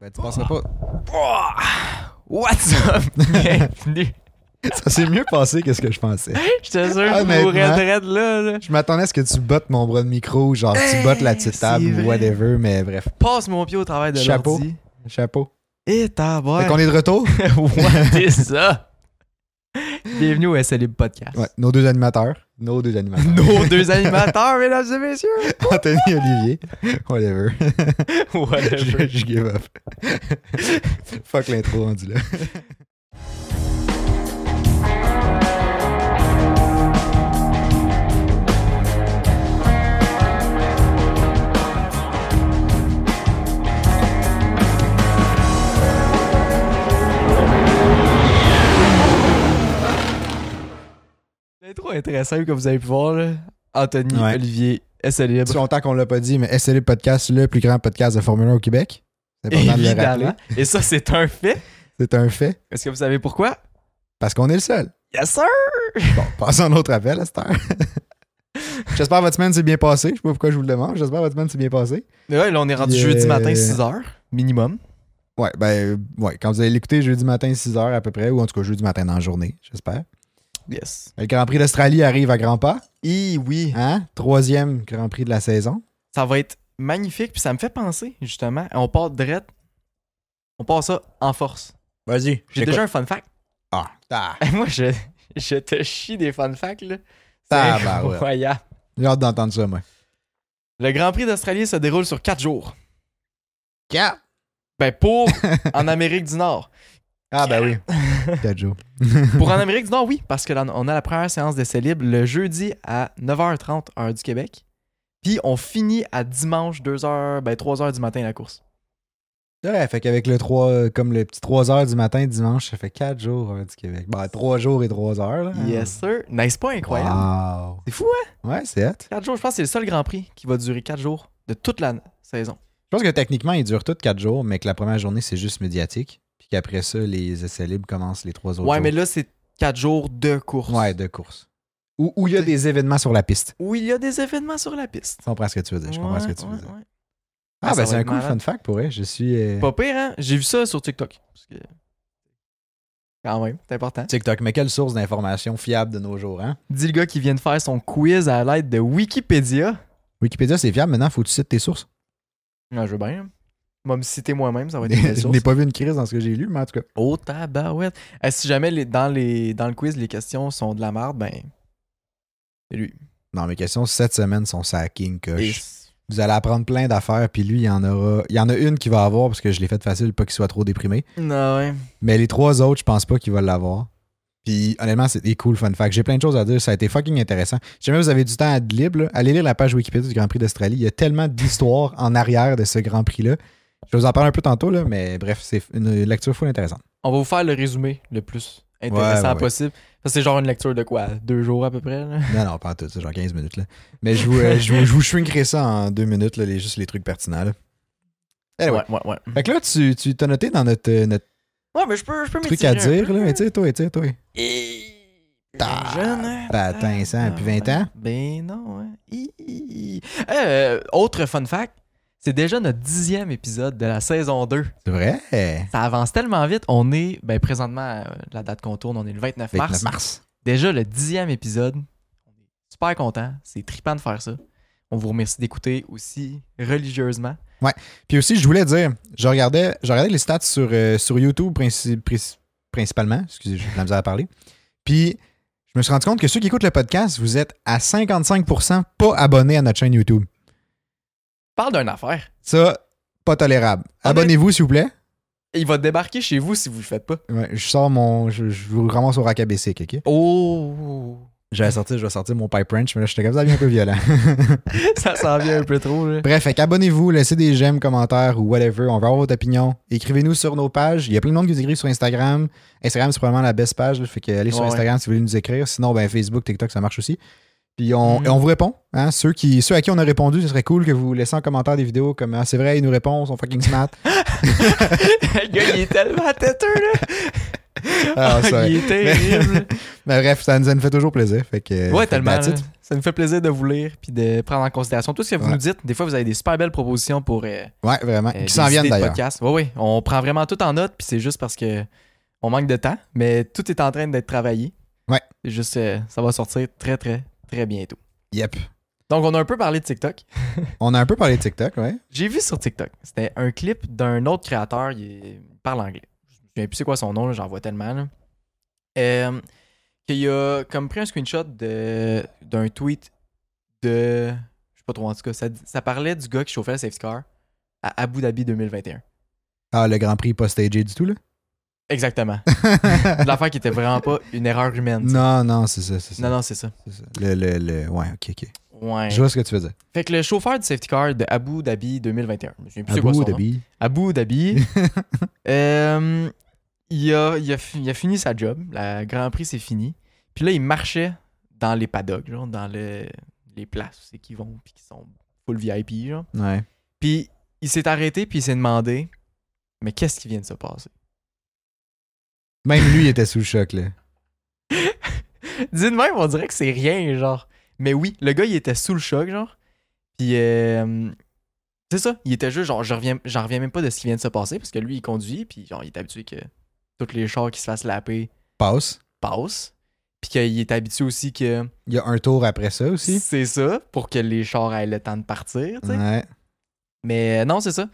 Ben, tu penserais pas. What's up? Bienvenue. Ça s'est mieux passé que ce que je pensais. Je te jure, je Honnêtement. vous de là, là. Je m'attendais à ce que tu bottes mon bras de micro, ou genre tu bottes la petite c'est table ou vrai. whatever, mais bref. Passe mon pied au travail de Chapeau. l'ordi. Chapeau. Et Fait qu'on tabarnak. est de retour. What is ça? Bienvenue au SLB Podcast. Ouais, nos deux animateurs. Nos deux animateurs. Nos deux animateurs, mesdames et messieurs. Anthony et Olivier. Whatever. je, Whatever. je give up. Fuck l'intro rendu là. L'intro est très simple, comme vous avez pu voir, là. Anthony, Ouais. Olivier, SLB. Ça fait longtemps qu'on l'a pas dit, mais SLE Podcast, le plus grand podcast de Formule 1 au Québec. C'est important de le rappeler. Évidemment. Et ça, c'est un fait. C'est un fait. Est-ce que vous savez pourquoi? Parce qu'on est le seul. Yes, sir! Bon, passons à notre appel à cette heure. J'espère que votre semaine s'est bien passée. Je sais pas pourquoi je vous le demande. J'espère que votre semaine s'est bien passée. Mais ouais, là, on est rendu Yeah. jeudi matin, 6h, minimum. Ouais, ben, euh, ouais, quand vous allez l'écouter jeudi matin, 6 h à peu près, ou en tout cas jeudi matin dans la journée, j'espère. Yes. Le Grand Prix d'Australie arrive à grands pas. Et oui. Hein? Troisième Grand Prix de la saison. Ça va être magnifique, puis ça me fait penser, justement. On part direct. On part ça en force. Vas-y. J'ai déjà un fun fact. Ah, ah, Moi, je, je te chie des fun facts, là. C'est Tabarouette. incroyable. J'ai hâte d'entendre ça, moi. Le Grand Prix d'Australie se déroule sur 4 jours. Quatre. Ben, pour en Amérique du Nord. Ah, ben oui. Quatre jours. Pour en Amérique du Nord, oui, parce que là, on a la première séance d'essai libre le jeudi à 9h30, heure du Québec. Puis on finit à dimanche, 2h, ben 3h du matin la course. Ouais, fait qu'avec le 3, comme le petit 3 h du matin dimanche, ça fait 4 jours heure du Québec. Ben, 3 jours et 3 heures. Là. Yes, sir. Nice, pas incroyable. Ah. Wow. C'est fou, hein? Ouais, c'est hot. 4 jours, je pense que c'est le seul Grand Prix qui va durer 4 jours de toute la saison. Je pense que techniquement, ils durent tous quatre jours, mais que la première journée, c'est juste médiatique. Puis qu'après ça, les essais libres commencent les trois autres ouais, jours. mais là, c'est 4 jours de course. Ouais, de course. Où où il y a C'est- des événements sur la piste. Où il y a des événements sur la piste. Je comprends ce que tu veux dire. Je comprends ce que tu veux Ouais, dire. ouais, ouais. Ah, Ah, ben ça c'est va un être cool malade. fun fact pour vrai. Je suis. euh, Pas pire, hein? J'ai vu ça sur TikTok. Parce que- Quand même, c'est important. TikTok, mais quelle source d'information fiable de nos jours, hein? Dis le gars qui vient de faire son quiz à l'aide de Wikipédia. Wikipédia, c'est fiable. Maintenant, faut que tu cites tes sources. Ah, je veux bien. Moi, me citer moi-même, ça va être une belle je source. n'ai pas vu une crise dans ce que j'ai lu, mais en tout cas. Oh, tabarouette. Eh, si jamais les- dans, les, dans le quiz, les questions sont de la merde, ben. C'est lui. Non, mes questions cette semaine sont ça King Et- Coche. Vous allez apprendre plein d'affaires, puis lui, il y en aura. Il y en a une qui va avoir parce que je l'ai faite facile, pas qu'il soit trop déprimé. Non, Ah, ouais. Mais les trois autres, je pense pas qu'ils vont l'avoir. Puis honnêtement, c'est des cool fun facts. J'ai plein de choses à dire. Ça a été fucking intéressant. Si jamais vous avez du temps à de libre, là, allez lire la page Wikipédia du Grand Prix d'Australie. Il y a tellement d'histoires en arrière de ce Grand Prix-là. Je vais vous en parler un peu tantôt, là, mais bref, c'est une lecture full intéressante. On va vous faire le résumé le plus Ouais, intéressant ouais, ouais. possible. Ça, c'est genre une lecture de quoi Deux jours à peu près là? Non, non, pas en tout, c'est genre 15 minutes. Là. Mais je vous, euh, je, vous, je vous shrinkerai ça en deux minutes, là, les, juste les trucs pertinents. Là. Anyway. Ouais, ouais, ouais. Fait que là, tu tu t'as noté dans notre, euh, notre Ouais, mais je peux, je peux truc à m'étirer un dire, peu. là. Étire-toi, étire-toi. Et... Ah, jeune, hein? bah, t'as 5 puis 20 ans. Ben non, hein. Hi, hi, hi. Euh, autre fun fact, c'est déjà notre dixième épisode de la saison 2. C'est vrai. Ça avance tellement vite. On est, ben présentement, euh, la date qu'on tourne, on est le 29 Fait que mars. le mars. Déjà le dixième épisode. On est super content. C'est trippant de faire ça. On vous remercie d'écouter aussi religieusement. Puis aussi, je voulais dire, je regardais, je regardais les stats sur, euh, sur YouTube princi- princi- principalement. Excusez, j'ai de la misère à parler. Puis, je me suis rendu compte que ceux qui écoutent le podcast, vous êtes à 55% pas abonnés à notre chaîne YouTube. Parle d'une affaire. Ça, pas tolérable. Ah, mais- Abonnez-vous, s'il vous plaît. Il va débarquer chez vous si vous le faites pas. Ouais, je sors mon. Je, je vous ramasse au rack à basic, OK? Oh! J'allais sortir, je vais sortir mon pipe wrench, mais là, j'étais comme ça, bien un peu violent. Ça s'en vient un peu trop, là. Bref, fait qu'abonnez-vous, laissez des j'aime, commentaires ou whatever. On veut avoir votre opinion. Écrivez-nous sur nos pages. Il y a plein de monde qui nous écrit sur Instagram. Instagram, c'est probablement la best page. là, Fait que allez sur Ouais, Instagram si vous voulez nous écrire. Sinon, ben, Facebook, TikTok, ça marche aussi. Puis on, Mhm. et on vous répond. hein. Ceux, qui, ceux à qui on a répondu, ce serait cool que vous laissiez en commentaire des vidéos comme Ah, c'est vrai, ils nous répondent, ils sont fucking smart. Le gars, il est tellement têteux, là. Ah, ça- il est terrible. Mais bref, ça nous, ça nous fait toujours plaisir. Fait que, ouais, fait que tellement. that's it. là. Ça nous fait plaisir de vous lire puis de prendre en considération tout ce que vous Ouais. nous dites. Des fois, vous avez des super belles propositions pour. euh, Ouais, vraiment. euh, Qui s'en des viennent idées de d'ailleurs. podcast. Ouais, ouais. On prend vraiment tout en note, puis c'est juste parce que on manque de temps, mais tout est en train d'être travaillé. Ouais. C'est juste, euh, ça va sortir très, très, très bientôt. Yep. Donc, on a un peu parlé de TikTok. On a un peu parlé de TikTok, ouais. J'ai vu sur TikTok, c'était un clip d'un autre créateur, il est- il parle anglais. Je me souviens plus c'est quoi son nom, là, j'en vois tellement. là. Euh, qu'il a comme pris un screenshot de- d'un tweet de. Je sais pas trop en tout cas, ça, ça parlait du gars qui chauffait le safety car à Abu Dhabi 2021. Ah, le Grand Prix pas stagé du tout, là. Exactement. De L'affaire qui était vraiment pas une erreur humaine. tu sais. non, non, c'est ça, c'est ça. non, non, c'est ça. c'est ça. Le, le, le- Ouais, ok, ok. Ouais. Je vois ce que tu veux dire. Fait que le chauffeur du safety car de Abu Dhabi 2021. Je me souviens plus c'est quoi son Abu nom. Dhabi. Abu Dhabi. Euh, il, a, il a fi- il a fini sa job. Le Grand Prix, c'est fini. Puis là, il marchait dans les paddocks, genre, dans le- les places où c'est qu'ils vont, puis qui sont full VIP. Genre. Ouais. Puis il s'est arrêté, puis il s'est demandé Mais qu'est-ce qui vient de se passer Même lui, il était sous le choc, là. Dis de même, on dirait que c'est rien, genre. Mais oui, le gars, il était sous le choc, genre. Puis, euh, c'est ça, il était juste, genre, je reviens, j'en reviens même pas de ce qui vient de se passer, parce que lui, il conduit, puis, genre, il est habitué que tous les chars qui se fassent laper Passe. passent. Puis qu'il est habitué aussi que Il y a un tour après ça aussi. c'est ça, pour que les chars aient le temps de partir, tu sais. Ouais. Mais euh, non, c'est ça.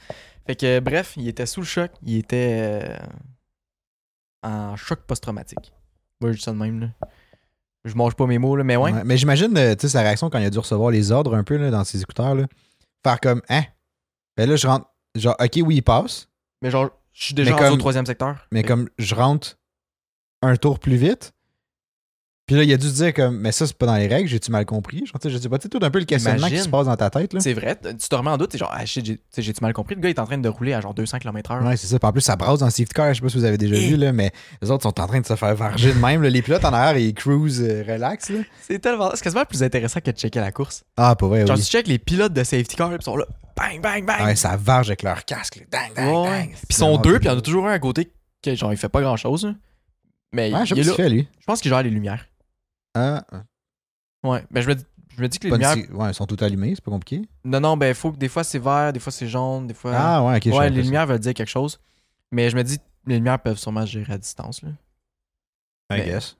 Fait que, euh, bref, il était sous le choc, il était euh, en choc post-traumatique. Moi, je dis ça de même, là. Je mange pas mes mots, là, mais ouais. Ouais. Mais j'imagine euh, tu sais, sa réaction quand il a dû recevoir les ordres un peu là, dans ses écouteurs. Là. Faire comme, hein? Ben là, je rentre. Genre, ok, oui, il passe, Mais genre, je suis déjà Mais rendu au comme- troisième secteur. mais comme je rentre un tour plus vite. Puis là, il a dû se dire comme, mais ça, c'est pas dans les règles, j'ai-tu mal compris? Genre, tu sais, je sais pas, tu sais, tout un peu le questionnement Imagine. qui se passe dans ta tête. Là. C'est vrai, t- tu te remets en doute, t'es genre, ah shit, j'ai- tu sais, j'ai-tu mal compris? Le gars il est en train de rouler à genre 200 km/h. Ouais, c'est ça. Puis en plus, ça brasse dans le safety car. Je sais pas si vous avez déjà Eh. vu, là, mais les autres sont en train de se faire varger de même. là. Les pilotes en arrière, ils cruise euh, relax. Là. C'est tellement. C'est quasiment plus intéressant que de checker la course. Ah, pour vrai, Genre, oui. tu check les pilotes de safety car, ils sont là, bang, bang, bang. Ouais, ça varge avec leur casque. là. Dang, dang, Ouais, ouais. dang. Puis ils sont deux, puis il y en a toujours un à côté qui, genre, il fait pas grand chose. Mais Ouais, je sais pas il est ce là. qu'il fait, lui. Je pense qu'il gère les lumières. Ah, Ouais. Mais je me, dis- je me dis que les Pas lumières. nécessaire- Ouais, ils sont tous allumés, c'est pas compliqué. Non, non, ben, faut que des fois c'est vert, des fois c'est jaune, des fois. Ah ouais, ok. je ouais, savais les pas ça. lumières veulent dire quelque chose. Mais je me dis, les lumières peuvent sûrement se gérer à distance, là. I mais- guess.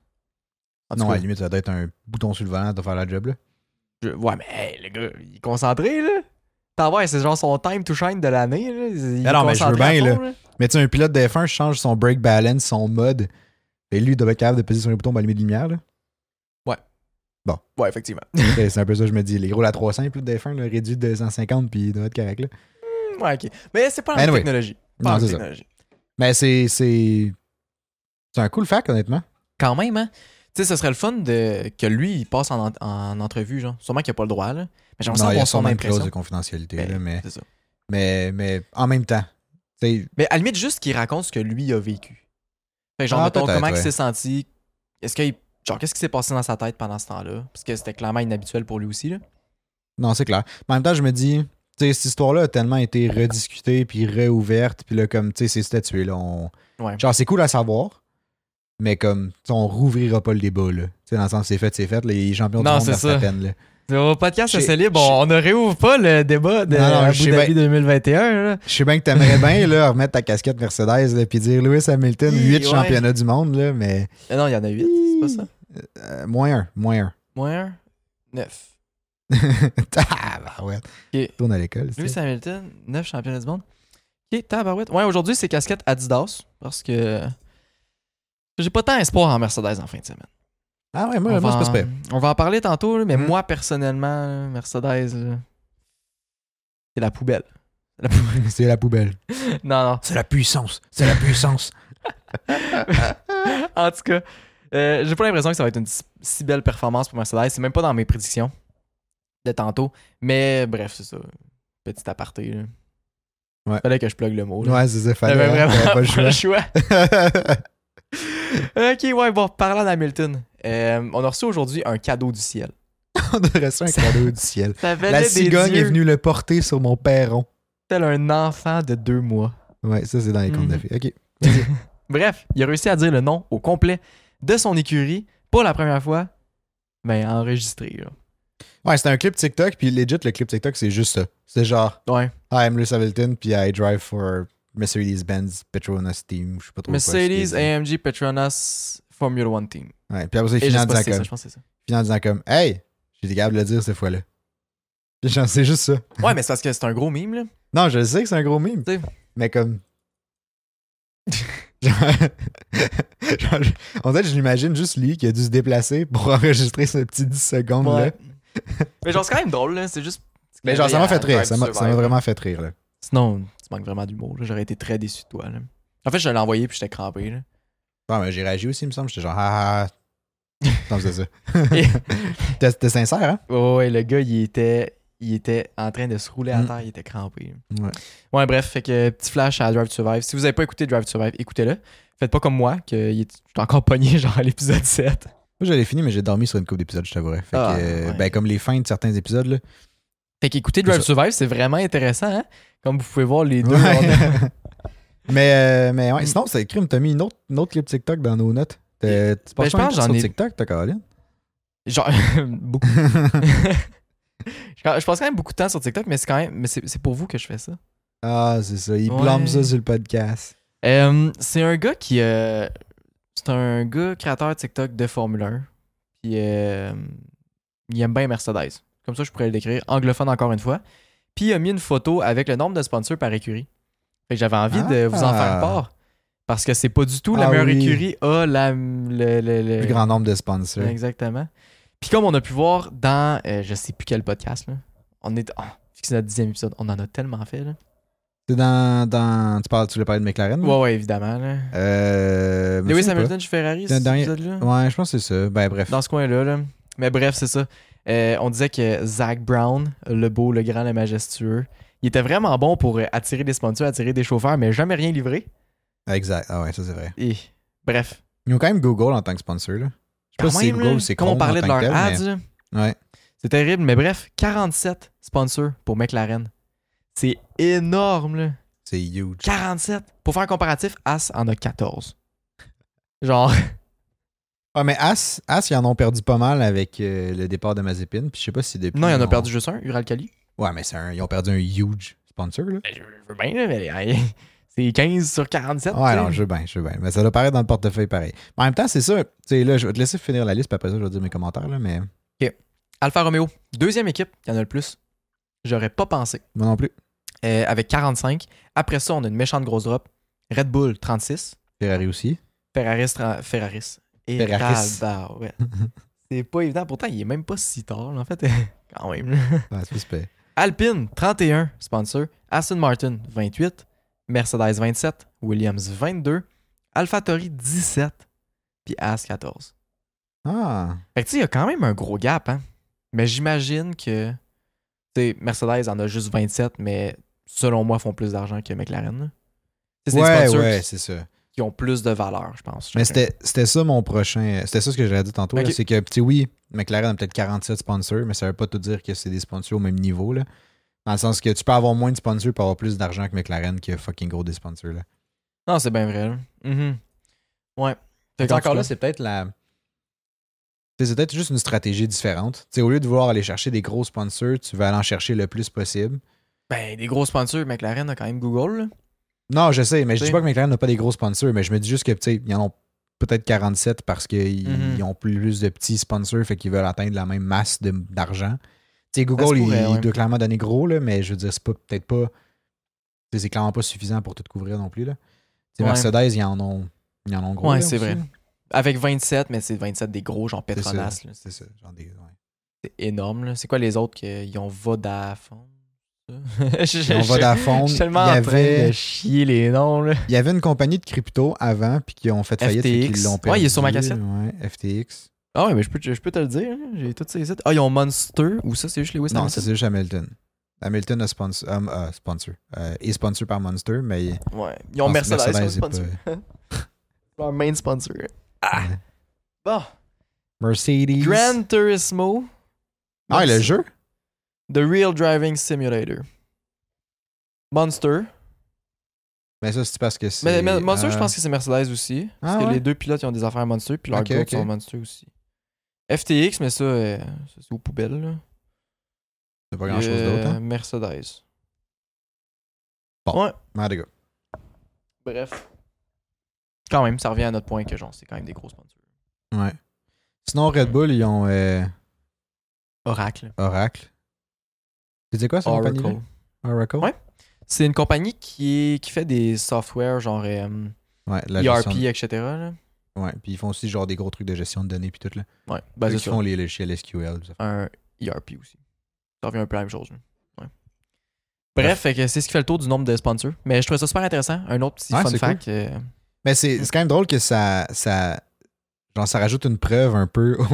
En tout Non, à cas, la limite, ça doit être un bouton sur le volant de faire la job, là. Je- Ouais, mais hey, le gars, il est concentré, là. T'en vois, c'est genre son time to shine de l'année, là. Il est Ah non, mais je veux concentré à bien, fond, là. Mais tu sais, un pilote de F1 change son brake balance, son mode. Et lui, il doit être capable de peser sur les boutons pour allumer les lumières, là. Ouais, effectivement. C'est c'est un peu ça que je me dis. Les gros, la 300, le pilote de F1, là, réduit de 150, puis il doit être correct, là. ouais, ok. Mais c'est pas la même Anyway. technologie. Pas Non, la même c'est ça. technologie. Mais c'est. C'est c'est un cool fact, honnêtement. Quand même, hein. Tu sais, ce serait le fun de... que lui, il passe en, en- en entrevue, genre. Sûrement qu'il a pas le droit, là. Mais j'aimerais Non, ça il y a avoir son sûrement une clause impression. de confidentialité, Ben, là, mais, C'est ça. mais, mais en même temps. tu sais, Mais à la limite, juste qu'il raconte ce que lui a vécu. Fait que genre, Ah, mettons, peut-être, comment il ouais. s'est senti. Est-ce qu'il. Genre, qu'est-ce qui s'est passé dans sa tête pendant ce temps-là? Parce que c'était clairement inhabituel pour lui aussi, là. Non, c'est clair. Mais en même temps, je me dis, tu sais, cette histoire-là a tellement été rediscutée, puis réouverte, puis là, comme, tu sais, c'est statué, là. on- Ouais. Genre, c'est cool à savoir, mais comme, tu sais, on rouvrira pas le débat, là. Tu sais, dans le sens, c'est fait, c'est fait, les champions Non, du monde c'est leur ça. la peine, là. Au podcast, J'ai- c'est libre. On, on ne réouvre pas le débat de Non, ben- non, je sais Abu Dhabi 2021. là. Je sais bien que t'aimerais bien, là, remettre ta casquette Mercedes, là, puis dire Lewis Hamilton, Hi, 8 ouais. championnats du monde, là, mais Mais Eh non, il y en a 8, c'est pas ça. euh, moins un, moins un. Moins 9. ah, bah ouais. Ok. Tourne à l'école, c'est Lewis ça. Hamilton, 9 championnats du monde. Ok, tabarouette. Ouais, aujourd'hui, c'est casquette Adidas parce que j'ai pas tant espoir en Mercedes en fin de semaine. Ah ouais, moi, on, moi va c'est pas super. en, on va en parler tantôt, là, mais Mm. moi, personnellement, Mercedes, là, c'est la poubelle. La pou- C'est la poubelle. non, non. C'est la puissance. C'est la puissance. en tout cas, euh, j'ai pas l'impression que ça va être une si- si belle performance pour Mercedes. C'est même pas dans mes prédictions de tantôt. Mais bref, c'est ça. Petit aparté. Là. Ouais. Fallait que je plug le mot. là. Ouais, c'est ça. Fallait, J'avais vraiment fallait pas le pas choix. le choix. ok, ouais, bon, parlant d'Hamilton, euh, on a reçu aujourd'hui un cadeau du ciel. On a reçu un cadeau du ciel. Ça venait La des cigogne dieux, est venue le porter sur mon perron. tel un enfant de deux mois. Ouais, ça c'est dans les contes de Mhm. fées. Ok. Bref, il a réussi à dire le nom au complet de son écurie pour la première fois, mais enregistré. là. Ouais, c'était un clip TikTok, puis legit, le clip TikTok, c'est juste ça. C'est genre, Ouais. Hi, I'm Lewis Hamilton, puis I drive for Mercedes-Benz Petronas Team, je sais pas trop quoi, Mercedes c'est- AMG Petronas Formula One Team. Ouais, puis après, c'est Et je fini en sais disant pas si c'est ça, comme, je pense que c'est ça. fini en disant comme, Hey, j'étais capable de le dire cette fois-là. Puis genre, c'est juste ça. Ouais, mais c'est parce que c'est un gros mime, là. Non, je sais que c'est un gros mime. T'sais. Mais comme. Genre- Genre, je- on dirait que je l'imagine juste lui qui a dû se déplacer pour enregistrer ce petit 10 secondes-là. Ouais. mais genre, c'est quand même drôle, là. C'est juste. Mais genre, ça m'a fait très rire. Ça m'a ça m'a vraiment fait rire. Là. Sinon, tu manques vraiment d'humour. là. J'aurais été très déçu de toi. là. En fait, je l'ai envoyé puis j'étais crampé. là. Non, mais j'ai réagi aussi, il me semble. J'étais genre, ah, ah, ah. Non, c'est ça. Et- T'es- T'es sincère, hein? Ouais, ouais, le gars, il était, il était en train de se rouler à Mm. terre, il était crampé. Ouais. Ouais, bref, fait que petit flash à Drive to Survive. Si vous n'avez pas écouté Drive to Survive, écoutez-le. Faites pas comme moi, que il est- je suis encore pogné genre à l'épisode 7. Moi, j'avais fini, mais j'ai dormi sur une coupe d'épisodes, je t'avouerais. Fait que, Ah, euh, ouais. ben, comme les fins de certains épisodes, là. Fait qu'écouter Drive to Survive, c'est vraiment intéressant, hein? Comme vous pouvez voir, les deux. Ouais. on a- mais, euh, mais ouais, Mm. sinon, c'est crime. T'as mis une autre, une autre clip TikTok dans nos notes. T'as- Tu Ben, penses je pense pas que sur j'en ai- TikTok, t'as Caroline? Genre, beaucoup. je passe quand même beaucoup de temps sur TikTok, mais c'est quand même. Mais c'est c'est pour vous que je fais ça. Ah, c'est ça. Il Ouais. blâme ça sur le podcast. Euh, c'est un gars qui. euh, c'est un gars créateur TikTok de Formule 1. Puis euh, il aime bien Mercedes. Comme ça, je pourrais le décrire. Anglophone encore une fois. Puis il a mis une photo avec le nombre de sponsors par écurie. Fait que j'avais envie de vous en Ah. faire part. Parce que c'est pas du tout la Ah meilleure oui. écurie a la, le, le- le- Plus grand nombre de sponsors. Exactement. Puis comme on a pu voir dans euh, je sais plus quel podcast, là, on est. ah, vu que c'est notre dixième épisode, on en a tellement fait. Là. C'est dans, dans. Tu parles, tu voulais parler de McLaren? là? Ouais, ouais, évidemment. Là. Euh. mais Hmm. je Lewis sais pas. Hamilton hein? chez Ferrari, Le cet dernier- épisode-là. Ouais, je pense que c'est ça. Ben, bref. Dans ce coin-là. là. Mais bref, c'est ça. Euh, on disait que Zach Brown, le beau, le grand, le majestueux, il était vraiment bon pour euh, attirer des sponsors, attirer des chauffeurs, mais jamais rien livré. Exact. Ah ouais, ça c'est vrai. Et bref. Ils ont quand même Google en tant que sponsor, là. Je sais pas Quand si c'est même, là, Google ou c'est comme Chrome on parlait en de tant leur que tel, ads, mais- là, Ouais. c'est terrible. Mais bref, 47 sponsors pour McLaren. C'est énorme, là. C'est huge. 47. Pour faire un comparatif, As en a 14. Genre, Ah, mais As, As, ils en ont perdu pas mal avec euh, le départ de Mazepin. Puis je sais pas si depuis. non, il y en ils a ont- perdu juste un, Uralkali. Ouais, mais c'est un... ils ont perdu un huge sponsor, là. Ben, Je veux bien, là, mais euh, c'est 15 sur 47. Ouais, tu sais. non, je veux bien, je veux bien. Mais ça doit paraître dans le portefeuille pareil. Mais en même temps, c'est ça. Tu sais, là, je vais te laisser finir la liste, puis après ça, je vais dire mes commentaires, là, mais. Alfa Romeo, deuxième équipe, il y en a le plus. J'aurais pas pensé. Moi non plus. Euh, avec 45. Après ça, on a une méchante grosse drop. Red Bull, 36. Ferrari aussi. Ferraris, tra- Ferraris. Et Ferraris. tabarouette. C'est pas évident. Pourtant, il est même pas si tard, là, en fait. Quand même. là. Ouais, c'est suspect. Alpine, 31, sponsor. Aston Martin, 28. Mercedes, 27. Williams, 22. AlphaTauri, 17. Puis As, 14. Ah. Fait que tu sais, il y a quand même un gros gap, hein. Mais j'imagine que. Tu sais, Mercedes en a juste 27, mais selon moi, font plus d'argent que McLaren. là. Tu sais, C'est des Ouais, sponsors ouais, qui, c'est ça. qui ont plus de valeur, je pense. Mais chacun. c'était c'était ça mon prochain. C'était ça ce que j'avais dit tantôt. là. Ok. C'est que, tu sais, oui, McLaren a peut-être 47 sponsors, mais ça veut pas tout dire que c'est des sponsors au même niveau. Là. Dans le sens que tu peux avoir moins de sponsors pour avoir plus d'argent que McLaren qui a fucking gros des sponsors. Là. Non, c'est bien vrai. là. Mhm. Ouais. Fait Fait qu'en encore tout là, cas, c'est peut-être la. tu sais, C'est peut-être juste une stratégie différente. Tu sais, au lieu de vouloir aller chercher des gros sponsors, tu vas aller en chercher le plus possible. Ben, des gros sponsors, McLaren a quand même Google, là. Non, je sais, mais je Tu dis sais. pas que McLaren n'a pas des gros sponsors, mais je me dis juste que, tu sais, ils en ont peut-être 47 parce qu'ils Mhm. ont plus de petits sponsors, fait qu'ils veulent atteindre la même masse de- d'argent. Tu sais, Google, se il, pourrait, il ouais. doit clairement donner gros, là, mais je veux dire, c'est pas- peut-être pas. tu sais, C'est clairement pas suffisant pour tout couvrir non plus. Là. Tu sais, Ouais. Mercedes, ils en ont, ils en ont gros. Ouais, là, c'est aussi, vrai. là. Avec 27, mais c'est 27 des gros, genre C'est ça, Petronas, là. C'est ça. genre des- ouais. C'est énorme, là. C'est quoi les autres qu'ils ont Vodafone? ça? Je- Ils ont je- Vodafone, Je suis tellement il y en train avait- de chier les noms, là. Il y avait une compagnie de crypto avant, puis qui ont fait faillite, et FTX. qui l'ont perdu. Ouais, il est sur ma cassette. Ouais, FTX. Ah ouais, mais je peux, te- je peux te le dire, là. j'ai tous ces sites. Ah, ils ont Monster, ou ça, c'est juste les West Non, ça, c'est juste Hamilton. Hamilton a sponsor, euh, euh, sponsor, euh, est sponsor par Monster, mais Ouais. Ils ont Ah, Mercedes, Mercedes comme est sponsor. Leur main sponsor. Ah! Ouais. Bon. Mercedes. Gran Turismo. Ah, le Monster- jeu? The Real Driving Simulator. Monster. Mais ça, c'est parce que c'est. Mais, mais Monster, euh, je pense que c'est Mercedes aussi. Parce Ah que ouais? les deux pilotes, ils ont des affaires Monster, puis leurs Ok, groupes ok. sont Monster aussi. FTX, mais ça, euh, ça, c'est aux poubelles. Là. C'est pas grand chose Euh, d'autre. Hein? Mercedes. Bon. Ouais, Ah, les gars. bref. Quand même, ça revient à notre point que genre, c'est quand même des gros sponsors. Ouais. Sinon, Red Bull, ils ont euh, Oracle. Oracle. Tu dis quoi, ça Oracle. Oracle? Ouais. C'est une compagnie qui, est- qui fait des softwares genre euh, Ouais, la ERP, gestion de- etc. là. Ouais, puis ils font aussi genre des gros trucs de gestion de données puis tout là. Ouais, ben, Ceux c'est qui ça. font les logiciels SQL. tout ça. un ERP aussi. Ça revient un peu à la même chose. là. Ouais. Bref, fait que c'est ce qui fait le tour du nombre de sponsors. Mais je trouvais ça super intéressant. Un autre petit Ouais, fun c'est fact. euh, Mais c'est c'est quand même drôle que ça, ça, genre, ça rajoute une preuve un peu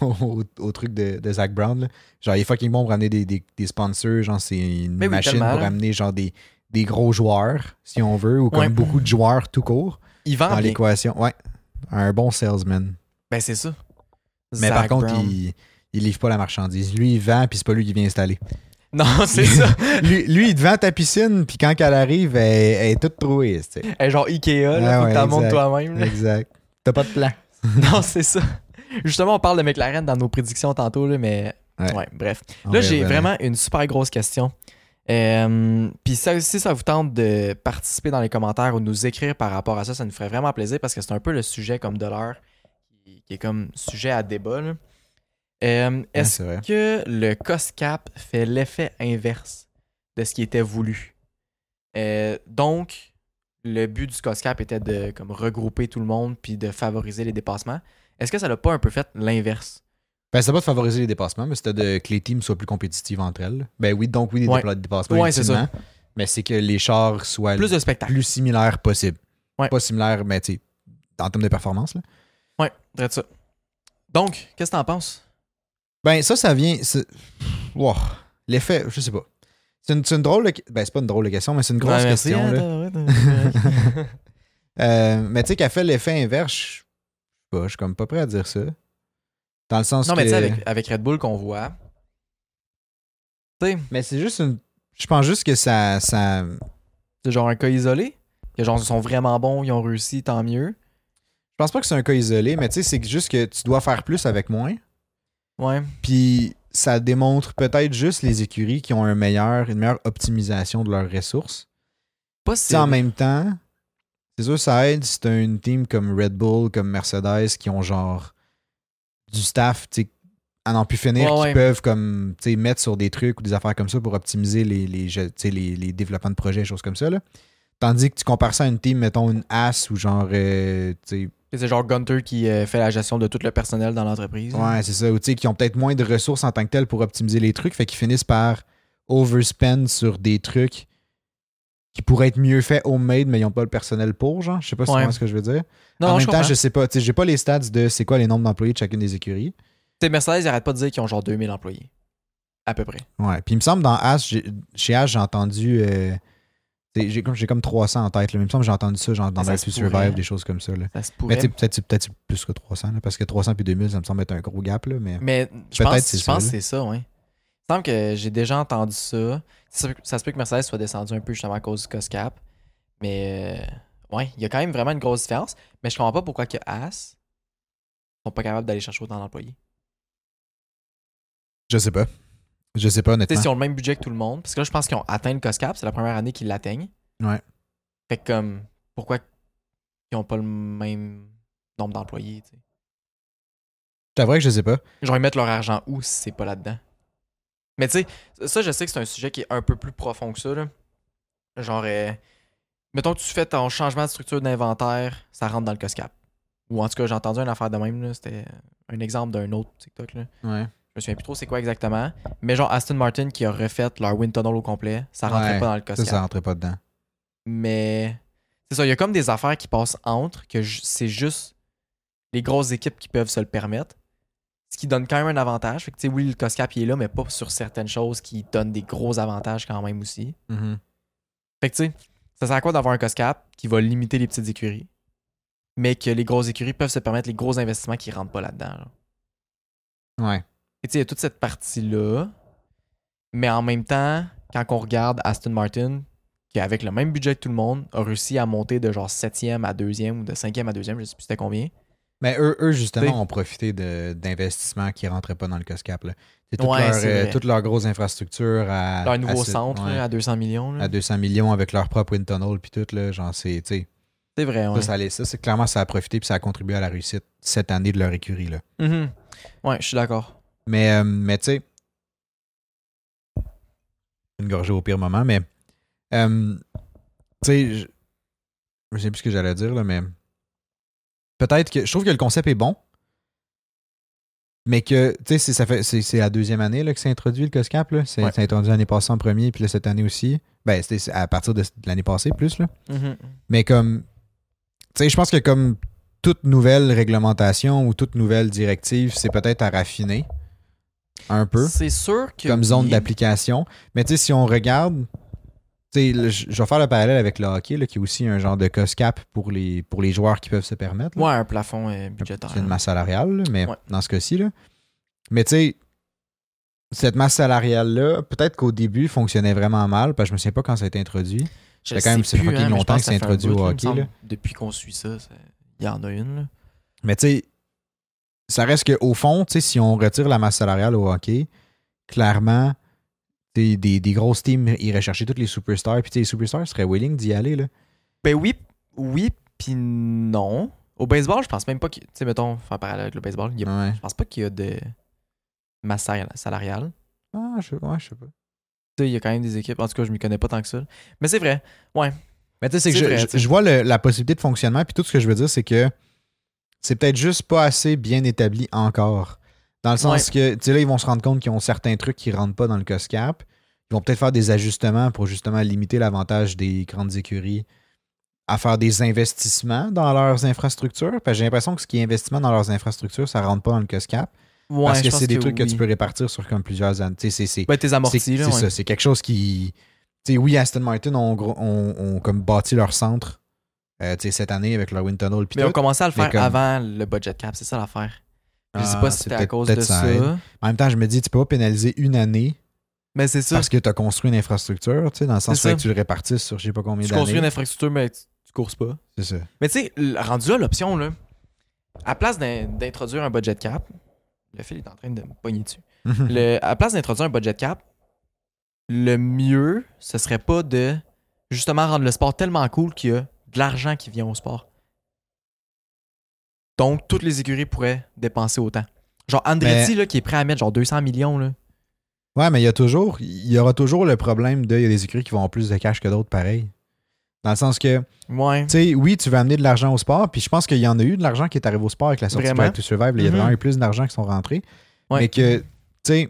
au, au- au truc de, de Zach Brown. là. Genre, il est fucking bon pour amener des, des- des sponsors. Genre, c'est une Mais oui, machine tellement, pour là. amener genre des, des gros joueurs, si on veut, ou comme Ouais. Ah, beaucoup de joueurs tout court il vend dans bien. l'équation. Ouais, un bon salesman. Ben, c'est ça. Mais Zac par contre, Brown. il, il livre pas la marchandise. Lui, il vend, puis c'est pas lui qui vient installer. Non, c'est ça. Lui, lui, il te vend ta piscine, puis quand qu'elle arrive, elle, elle est toute trouée. tu sais. Eh, genre Ikea, là, Ah faut ouais, que t'en montes exact. toi-même. là. Exact. T'as pas de plan. non, c'est ça. Justement, on parle de McLaren dans nos prédictions tantôt, là, mais Ah Ouais. ouais bref. On Là, va y j'ai revenir. vraiment une super grosse question. Euh, Puis ça, si ça vous tente de participer dans les commentaires ou de nous écrire par rapport à ça, ça nous ferait vraiment plaisir parce que c'est un peu le sujet comme de l'heure qui, qui est comme sujet à débat. là. Euh, Ouais, Est-ce c'est vrai. que le cost cap fait l'effet inverse de ce qui était voulu? Euh, donc, le but du cost cap était de comme, regrouper tout le monde puis de favoriser les dépassements. Est-ce que ça l'a pas un peu fait l'inverse? Ben, c'était pas de favoriser les dépassements, mais c'était de que les teams soient plus compétitives entre elles. Ben oui, donc oui, des Ouais. dépla- dépassements. Ouais, c'est ultimement, Mais c'est que les chars soient Plus le de spectacles. plus similaires possible. Ouais. Pas similaires, mais tu sais, en termes de performance. là. Ouais, dirais ça. Donc, qu'est-ce que t'en penses? Ben ça, ça vient. c'est- Wow. L'effet, je sais pas. C'est une, c'est une drôle de... Ben, c'est pas une drôle de question, mais c'est une grosse question. hein, là. Euh, mais tu sais, qu'elle fait l'effet inverse, je je sais pas, je suis comme pas prêt à dire ça. Dans le sens non, que. mais tu sais, avec, avec Red Bull qu'on voit, Mais c'est juste une. Je pense juste que ça. ça... Je c'est genre un cas isolé. Que genre, ils sont vraiment bons, ils ont réussi, tant mieux. pense pas que c'est un cas isolé, mais tu sais, c'est juste que tu dois faire plus avec moins. Ouais. Puis ça démontre peut-être juste les écuries qui ont un meilleur, une meilleure optimisation de leurs ressources. Pas Tu si. sais, en même temps, c'est sûr, ça aide si t'as une team comme Red Bull, comme Mercedes, qui ont genre du staff, tu sais, à n'en plus finir, Ouais, qui ouais. peuvent comme, tu sais, mettre sur des trucs ou des affaires comme ça pour optimiser les, les, je- tu sais, les, les développements de projets, choses comme ça, là. Tandis que tu compares ça à une team, mettons une AS ou genre, euh, tu C'est genre Gunter qui euh, fait la gestion de tout le personnel dans l'entreprise. sais, ouais, c'est ça, ou tu sais, qui ont peut-être moins de ressources en tant que telles pour optimiser les trucs, fait qu'ils finissent par overspend sur des trucs qui pourraient être mieux faits homemade, mais ils n'ont pas le personnel pour, genre. Je sais pas si Ouais. tu vois ce que je veux dire. Non, en non, même je temps, comprends. je sais pas, tu sais, j'ai pas les stats de c'est quoi les nombres d'employés de chacune des écuries. Tu sais, Mercedes, ils arrêtent pas de dire qu'ils ont genre 2000 employés. À peu près. Ouais. Puis il me semble dans As, j'ai- chez As, j'ai entendu. euh, tu sais, j'ai comme, j'ai comme 300 en tête. Là. Mais il me semble que j'ai entendu ça genre dans Ça Drive se to pourrait. Survive, des choses comme ça. Là. Ça se Mais pourrait. tu sais, peut-être c'est peut-être plus que 300, là, parce que 300 puis 2000, ça me semble être un gros gap. Là, mais... Mais je Peut-être pense, c'est je ça, pense là. que c'est ça, oui. Il semble que j'ai déjà entendu ça. Ça, se- ça se peut que Mercedes soit descendu un peu justement à cause du COSCAP. Mais euh, ouais, il y a quand même vraiment une grosse différence. Mais je comprends pas pourquoi que As sont pas capables d'aller chercher autant d'employés. Je sais pas. Je sais pas, Tu sais, honnêtement. s'ils ont le même budget que tout le monde, parce que là, je pense qu'ils ont atteint le COSCAP, c'est la première année qu'ils l'atteignent. Ouais. Fait que comme, pourquoi ils ont pas le même nombre d'employés, tu sais? C'est vrai que je sais pas. Genre, ils mettent leur argent où si c'est pas là-dedans? Mais tu sais, ça, je sais que c'est un sujet qui est un peu plus profond que ça. Là. Genre, euh, mettons que tu fais ton changement de structure d'inventaire, ça rentre dans le COSCAP. Ou en tout cas, j'ai entendu une affaire de même. là, C'était un exemple d'un autre TikTok. Là. Ouais. Je me souviens plus trop c'est quoi exactement. Mais genre, Aston Martin qui a refait leur wind tunnel au complet, ça rentrait Ouais, pas dans le Ça, COSCAP. ça rentrait pas dedans. Mais c'est ça, il y a comme des affaires qui passent entre, que ju- c'est juste les grosses équipes qui peuvent se le permettre. Ce qui donne quand même un avantage. Fait que, tu sais, oui, le COSCAP il est là, mais pas sur certaines choses qui donnent des gros avantages quand même aussi. Mhm. Fait que, tu sais, ça sert à quoi d'avoir un COSCAP qui va limiter les petites écuries, mais que les grosses écuries peuvent se permettre les gros investissements qui rentrent pas là-dedans. là. Ouais. Et tu sais, il y a toute cette partie-là. Mais en même temps, quand on regarde Aston Martin, qui, avec le même budget que tout le monde, a réussi à monter de genre 7e à 2e ou de 5e à 2e, je sais plus c'était combien. Mais eux, eux, T'sais. justement, ont profité de- d'investissements qui ne rentraient pas dans le COSCAP. là. C'est Toute, Ouais, leur, c'est euh, vrai. toute leur grosse infrastructure à. Leur nouveau à ce- centre ouais, là, à 200 millions. là. à 200 millions avec leur propre wind tunnel, puis tout, là, genre, c'est, tu sais, C'est vrai, ouais. ça, ça, allait- ça, c'est clairement, ça a profité, puis ça a contribué à la réussite cette année de leur écurie, là. Mhm. Ouais, je suis d'accord. Mais, euh, mais tu sais, une gorgée au pire moment, mais euh, tu sais, je, je sais plus ce que j'allais dire, là, mais peut-être que je trouve que le concept est bon, mais que tu sais, c'est- ça fait c'est c'est la deuxième année là, que c'est introduit le COSCAP, là. c'est Ouais. c'est introduit l'année passée en premier, puis là, cette année aussi, ben c'était c'est à partir de, de l'année passée plus, là. Mhm. mais comme tu sais, je pense que comme toute nouvelle réglementation ou toute nouvelle directive, c'est peut-être à raffiner un peu C'est sûr que. comme zone oui. d'application. Mais tu sais, si on regarde, tu sais, le- je je vais faire le parallèle avec le hockey, là, qui est aussi un genre de COSCAP pour les, pour les joueurs qui peuvent se permettre. là. Ouais, un plafond euh, budgétaire. C'est une masse salariale, là, mais Ouais. dans ce cas-ci. là. Mais tu sais, cette masse salariale-là, peut-être qu'au début, fonctionnait vraiment mal, parce que je me souviens pas quand ça a été introduit. Je fait quand même- sais ça fait plus, hein, fucking mais je longtemps pense que c'est ça fait un introduit au bout, là, il me hockey, semble. là. Depuis qu'on suit ça, ça- il y en a une. Là. Mais tu sais, ça reste qu'au fond, tu sais, si on retire la masse salariale au hockey, clairement, des, des, des grosses teams iraient chercher toutes les superstars, puis tu sais, les superstars seraient willing d'y aller. Là. Ben oui, oui, puis non. Au baseball, je pense même pas que. Tu sais, mettons, faire parallèle avec le baseball, il y a- Ouais. je pense pas qu'il y a de masse sal- salariale. Ah, je, ouais, je sais pas. Tu sais, il y a quand même des équipes. En tout cas, je m'y connais pas tant que ça. Mais c'est vrai. Mais tu sais, c'est que je, C'est vrai, je- tu sais. je vois le- la possibilité de fonctionnement, puis tout ce que je veux dire, c'est que c'est peut-être juste pas assez bien établi encore. Dans le sens que, tu sais, là, ils vont se rendre compte qu'ils ont certains trucs qui rentrent pas dans le COSCAP. Ils vont peut-être faire des ajustements pour justement limiter l'avantage des grandes écuries à faire des investissements dans leurs infrastructures. Parce que j'ai l'impression que ce qui est investissement dans leurs infrastructures, ça rentre pas dans le COSCAP. Ouais, parce que je pense c'est des trucs que tu oui. peux répartir sur comme plusieurs années. Tu sais, c'est- c'est- Ben, t'es c'est amorti, là. c'est ouais. ça, c'est quelque chose qui. Tu sais, oui, Aston Martin ont, gros- ont- ont comme bâti leur centre euh, tu sais, cette année avec leur wind tunnel. puis Mais on tout. commençait à le mais faire comme- avant le budget cap, c'est ça l'affaire. Je sais Ah, pas c'est si c'était à peut-être- cause de peut-être ça. aide. En même temps, je me dis, tu peux pas pénaliser une année Mais c'est ça. parce que tu as construit une infrastructure, tu sais, dans le sens C'est où ça. tu le répartisses sur je sais pas combien Tu construis une d'années. infrastructure, mais tu, tu courses pas. C'est ça. Mais tu sais, le- rendu à l'option, là, à place d'in- d'introduire un budget cap, le fil est en train de me pogner dessus. Mhm. Le- à place d'introduire un budget cap, le mieux, ce serait pas de justement rendre le sport tellement cool qu'il y a de l'argent qui vient au sport. Donc, toutes les écuries pourraient dépenser autant. Genre Andretti, là, qui est prêt à mettre genre 200 millions, là. Ouais, mais il y a toujours, il y aura toujours le problème de, il y a des écuries qui vont avoir plus de cash que d'autres, pareil. Dans le sens que, Ouais. tu sais, oui, tu veux amener de l'argent au sport, puis je pense qu'il y en a eu de l'argent qui est arrivé au sport avec la sortie Vraiment. de Drive to Survive. là, Il y a Mhm. vraiment eu plus d'argent qui sont rentrés. Ouais. Mais que, tu sais,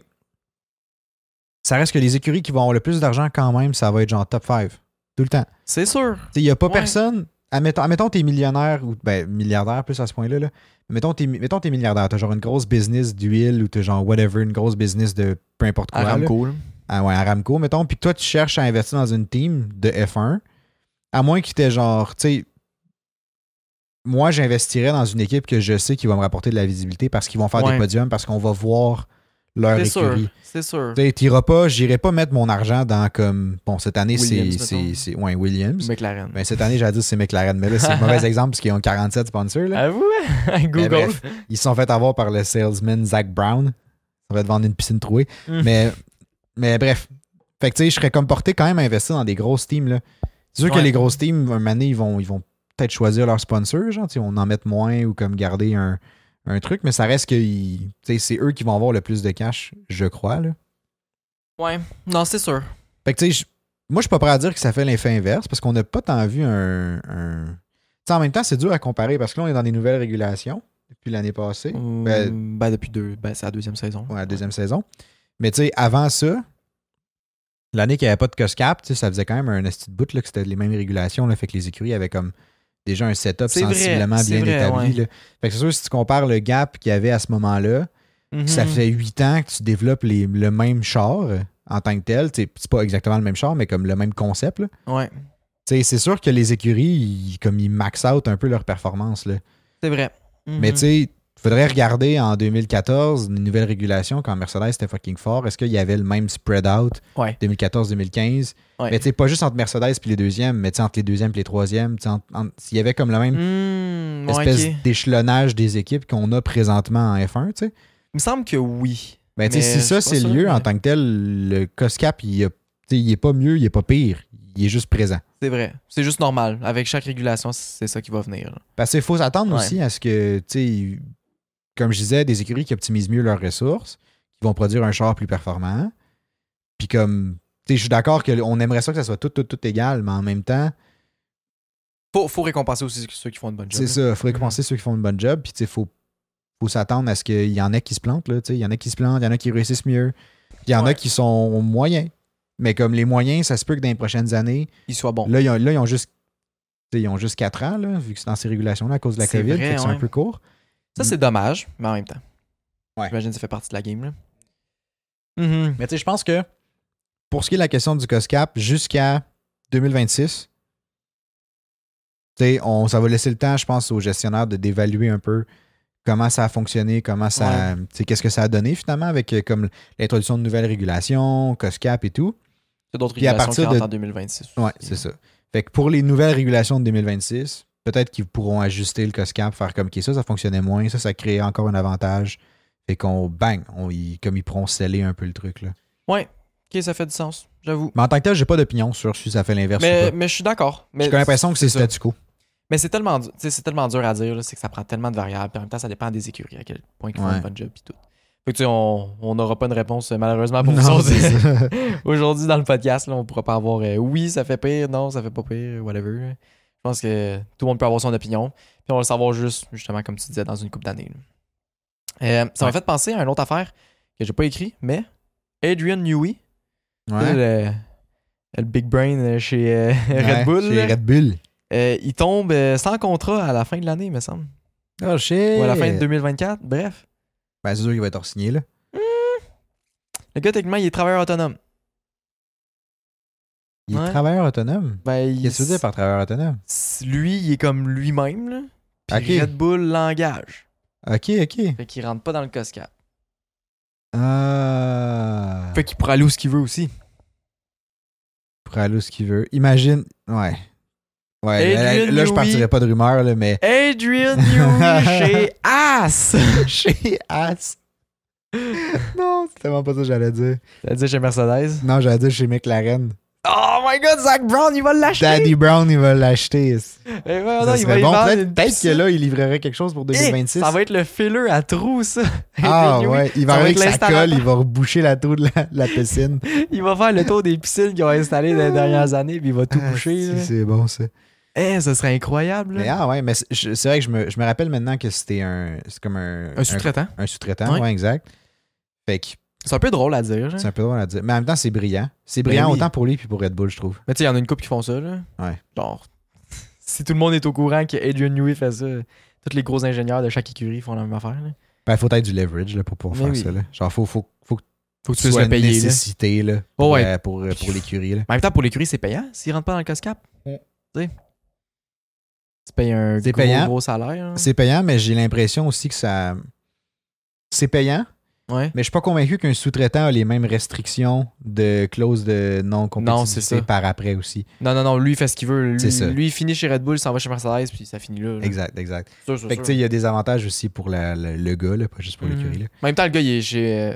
ça reste que les écuries qui vont avoir le plus d'argent quand même, ça va être genre top 5. Tout le temps. Tu C'est sûr. sais, il n'y a pas Ouais. personne. Admettons, admettons t'es millionnaire ou ben, milliardaire plus à ce point-là. Là. Mettons t'es mi- mettons t'es milliardaire. T'as genre une grosse business d'huile ou t'as genre whatever, une grosse business de peu importe quoi. là. Aramco, là. Ah ouais, Aramco, mettons. Puis toi, tu cherches à investir dans une team de F1. À moins qu'il t'ait genre, tu sais, moi, j'investirais dans une équipe que je sais qui va me rapporter de la visibilité parce qu'ils vont faire des Ouais. podiums, parce qu'on va voir leur C'est sûr. écurie. C'est sûr. Tu sais, t'iras pas, j'irai pas mettre mon argent dans comme. Bon, cette année, c'est. Williams, c'est- mettons. c'est- Ouais, Williams. Mais, McLaren. cette année, j'allais dire c'est McLaren. Mais là, c'est un mauvais exemple parce qu'ils ont 47 sponsors. Là. Avoue, hein? Mais Google. bref, ils se sont fait avoir par le salesman Zach Brown. Ça va te vendre une piscine trouée. Mm. Mais, mais bref. Fait que tu sais, je serais comme porté quand même à investir dans des grosses teams. là. C'est sûr que Ouais. les grosses teams, un année, ils vont, ils vont peut-être choisir leur sponsor, genre, tu sais, on en mette moins ou comme garder un, un truc, mais ça reste que ils- tu sais, c'est eux qui vont avoir le plus de cash, je crois. Là. Ouais. Non, c'est sûr. Fait que tu sais, je- moi je suis pas prêt à dire que ça fait l'effet inverse parce qu'on n'a pas tant vu un. un- Tu sais, en même temps, c'est dur à comparer parce que là, on est dans des nouvelles régulations depuis l'année passée. Ben- Ben, depuis deux. Ben, c'est la deuxième saison. Ouais, la deuxième saison. Mais tu sais, avant ça, l'année qu'il n'y avait pas de COSCAP, tu sais, ça faisait quand même un esti de bout là, que c'était les mêmes régulations. Là, fait que les écuries avaient comme déjà un setup C'est vrai, sensiblement c'est bien vrai, établi. ouais. là. Fait que c'est sûr, si tu compares le gap qu'il y avait à ce moment-là, Mhm. ça fait huit ans que tu développes les- le même char euh, en tant que tel. Tu sais, C'est pas exactement le même char, mais comme le même concept. là. Ouais. Tu sais, C'est sûr que les écuries, ils- comme ils max out un peu leur performance. Là. C'est vrai. Mhm. Mais tu sais, faudrait regarder en 2014, une nouvelle régulation, quand Mercedes était fucking fort, est-ce qu'il y avait le même spread out Ouais. 2014-2015 Ouais. Mais tu sais, pas juste entre Mercedes puis les deuxièmes, mais tu sais, entre les deuxièmes puis les troisièmes. tu sais, entre- entre- Il y avait comme le même Hmm, ouais, espèce ok. d'échelonnage des équipes qu'on a présentement en F1, tu sais. Il me semble que oui. Ben, tu sais, Mais si ça, je suis pas c'est le sûr, lieu en mais- tant que tel, le COSCAP, il, a- tu sais, il est pas mieux, il est pas pire. Il est juste présent. C'est vrai. C'est juste normal. Avec chaque régulation, c'est ça qui va venir. là. Parce qu'il faut s'attendre Ouais. aussi à ce que, tu sais, comme je disais, des écuries qui optimisent mieux leurs ressources, qui vont produire un char plus performant. Puis comme, tu sais, je suis d'accord qu'on aimerait ça que ça soit tout, tout, tout égal, mais en même temps, Faut, faut récompenser aussi ceux qui font une bonne job. hein. c'est là. ça, il faut récompenser ceux qui font une bonne job. Puis, tu sais, faut, faut s'attendre à ce qu'il y en ait qui se plantent, là, tu sais. Il y en a qui se plantent, il y en a qui réussissent mieux. puis Il y en a Ouais. qui sont moyens. Mais comme les moyens, ça se peut que dans les prochaines années, Ils soient bons. Là, ils ont, là, ils ont juste. tu sais, Ils ont juste 4 ans, là, vu que c'est dans ces régulations-là à cause de la C'est COVID, vrai, fait que c'est un ouais. peu court. Ça, c'est dommage, mais en même temps. Ouais. J'imagine que ça fait partie de la game. Là. Mhm. Mais tu sais, je pense que pour ce qui est de la question du COSCAP, jusqu'à 2026, tu sais, on, ça va laisser le temps, je pense, aux gestionnaires de d'évaluer un peu comment ça a fonctionné, comment ça. tu sais, Qu'est-ce que ça a donné finalement avec euh, comme l'introduction de nouvelles régulations, COSCAP et tout. C'est d'autres Puis à régulations qui partir de- rentrent en 2026. Ouais, c'est ça. Fait que pour les nouvelles régulations de 2026, peut-être qu'ils pourront ajuster le COSCAP, faire comme qui ça, ça fonctionnait moins, ça, ça crée encore un avantage. Fait qu'on bang, on, y- comme ils pourront sceller un peu le truc. Là. Ok, ça fait du sens, j'avoue. Mais en tant que tel, j'ai pas d'opinion sur si ça fait l'inverse ou Mais, pas. mais je suis d'accord. Mais J'ai comme l'impression que c'est ça. statu quo. Mais c'est tellement, du- tu sais, c'est tellement dur à dire, là, c'est que ça prend tellement de variables. puis en même temps, ça dépend des écuries, à quel point ils font Ouais. un bon job et tout. Fait que, tu sais, on on n'aura pas une réponse euh, malheureusement pour Non, vous autres. c'est Ah, ça. Aujourd'hui, dans le podcast, là, on pourra pas avoir euh, oui, ça fait pire, non, ça fait pas pire, whatever. Je pense que tout le monde peut avoir son opinion. Puis on va le savoir juste, justement, comme tu disais, dans une couple d'années. là. Euh, ça m'a Ouais. fait penser à une autre affaire que j'ai pas écrit, mais Adrian Newey, Ouais. le, le big brain euh, chez euh, Ouais, Red Bull, chez là, Red Bull. euh, il tombe euh, sans contrat à la fin de l'année, me semble. Oh shit. Ou à la fin de 2024, bref. Ben, c'est sûr qu'il va être signé là. Le gars, techniquement, il est travailleur autonome. Il est Ouais. travailleur autonome. Ben, il- Qu'est-ce que tu veux dire par travailleur autonome? Lui, il est comme lui-même, là. Puis Ok. Red Bull l'engage. Ok, ok. Fait qu'il rentre pas dans le COSCAP. Ah. Fait qu'il pourra aller où ce qu'il veut aussi. pour aller où ce qu'il veut. Imagine. Ouais. Ouais, Adrian là, là, là, je Newey. partirais pas de rumeur, là, mais. Adrian Newey chez As! Chez As. non, c'est tellement pas ça que j'allais dire. T'as dit chez Mercedes? Non, j'allais dire chez McLaren. Oh my god, Zach Brown, il va l'acheter! Daddy Brown, il va l'acheter. Eh ouais, non, Ça il serait va y bon. vendre Peut-être une peut-être que piscine. là, il livrerait quelque chose pour Eh, 2026. ça va être le filler à trous, ça. ah Adrian Newey, ouais, il va Ça va arriver être que ça colle, l'installateur. il va reboucher la tour de la, la piscine. Il va faire le tour des piscines qu'ils ont installées dans les dernières années, puis il va tout Ah, boucher. si, là. c'est bon ça. Eh, ça serait incroyable. là. Mais ah ouais, mais c'est je- c'est vrai que je me, je me rappelle maintenant que c'était un. C'est comme un. Un sous-traitant. un- un sous-traitant, Ouais. ouais, exact. Fait que C'est un peu drôle à dire. là. C'est un peu drôle à dire. Mais en même temps, c'est brillant. C'est brillant Ben oui. autant pour lui puis pour Red Bull, je trouve. Mais tu sais, il y en a une couple qui font ça. Là. Ouais. Genre, si tout le monde est au courant que Adrian Newey fait ça, tous les gros ingénieurs de chaque écurie font la même affaire. là. Ben, faut être du leverage là, pour pouvoir Ben faire oui. ça. Là. Genre, faut, faut, faut que Faut que tu tu puisses sois le une payer. là. nécessité là, Oh, pour, ouais. euh, pour, euh, pour l'écurie. là. Mais en même temps, pour l'écurie, c'est payant s'ils rentrent pas dans le COSCAP. Mm. Tu sais. Tu payes un C'est gros, payant. gros salaire. hein. là. C'est payant, mais j'ai l'impression aussi que ça. C'est payant, Ouais. mais je suis pas convaincu qu'un sous-traitant a les mêmes restrictions de clause de Non, c'est non-compétitivité ça. par après aussi. Non, non, non, lui, il fait ce qu'il veut. C'est Lui, ça. lui, il finit chez Red Bull, il s'en va chez Mercedes, puis ça finit là. là. Exact, exact. Sûr, sûr, Fait que tu sûr. sais, il y a des avantages aussi pour la- le, le gars, là, pas juste pour Mhm. l'écurie. là. En même temps, le gars, il est chez euh,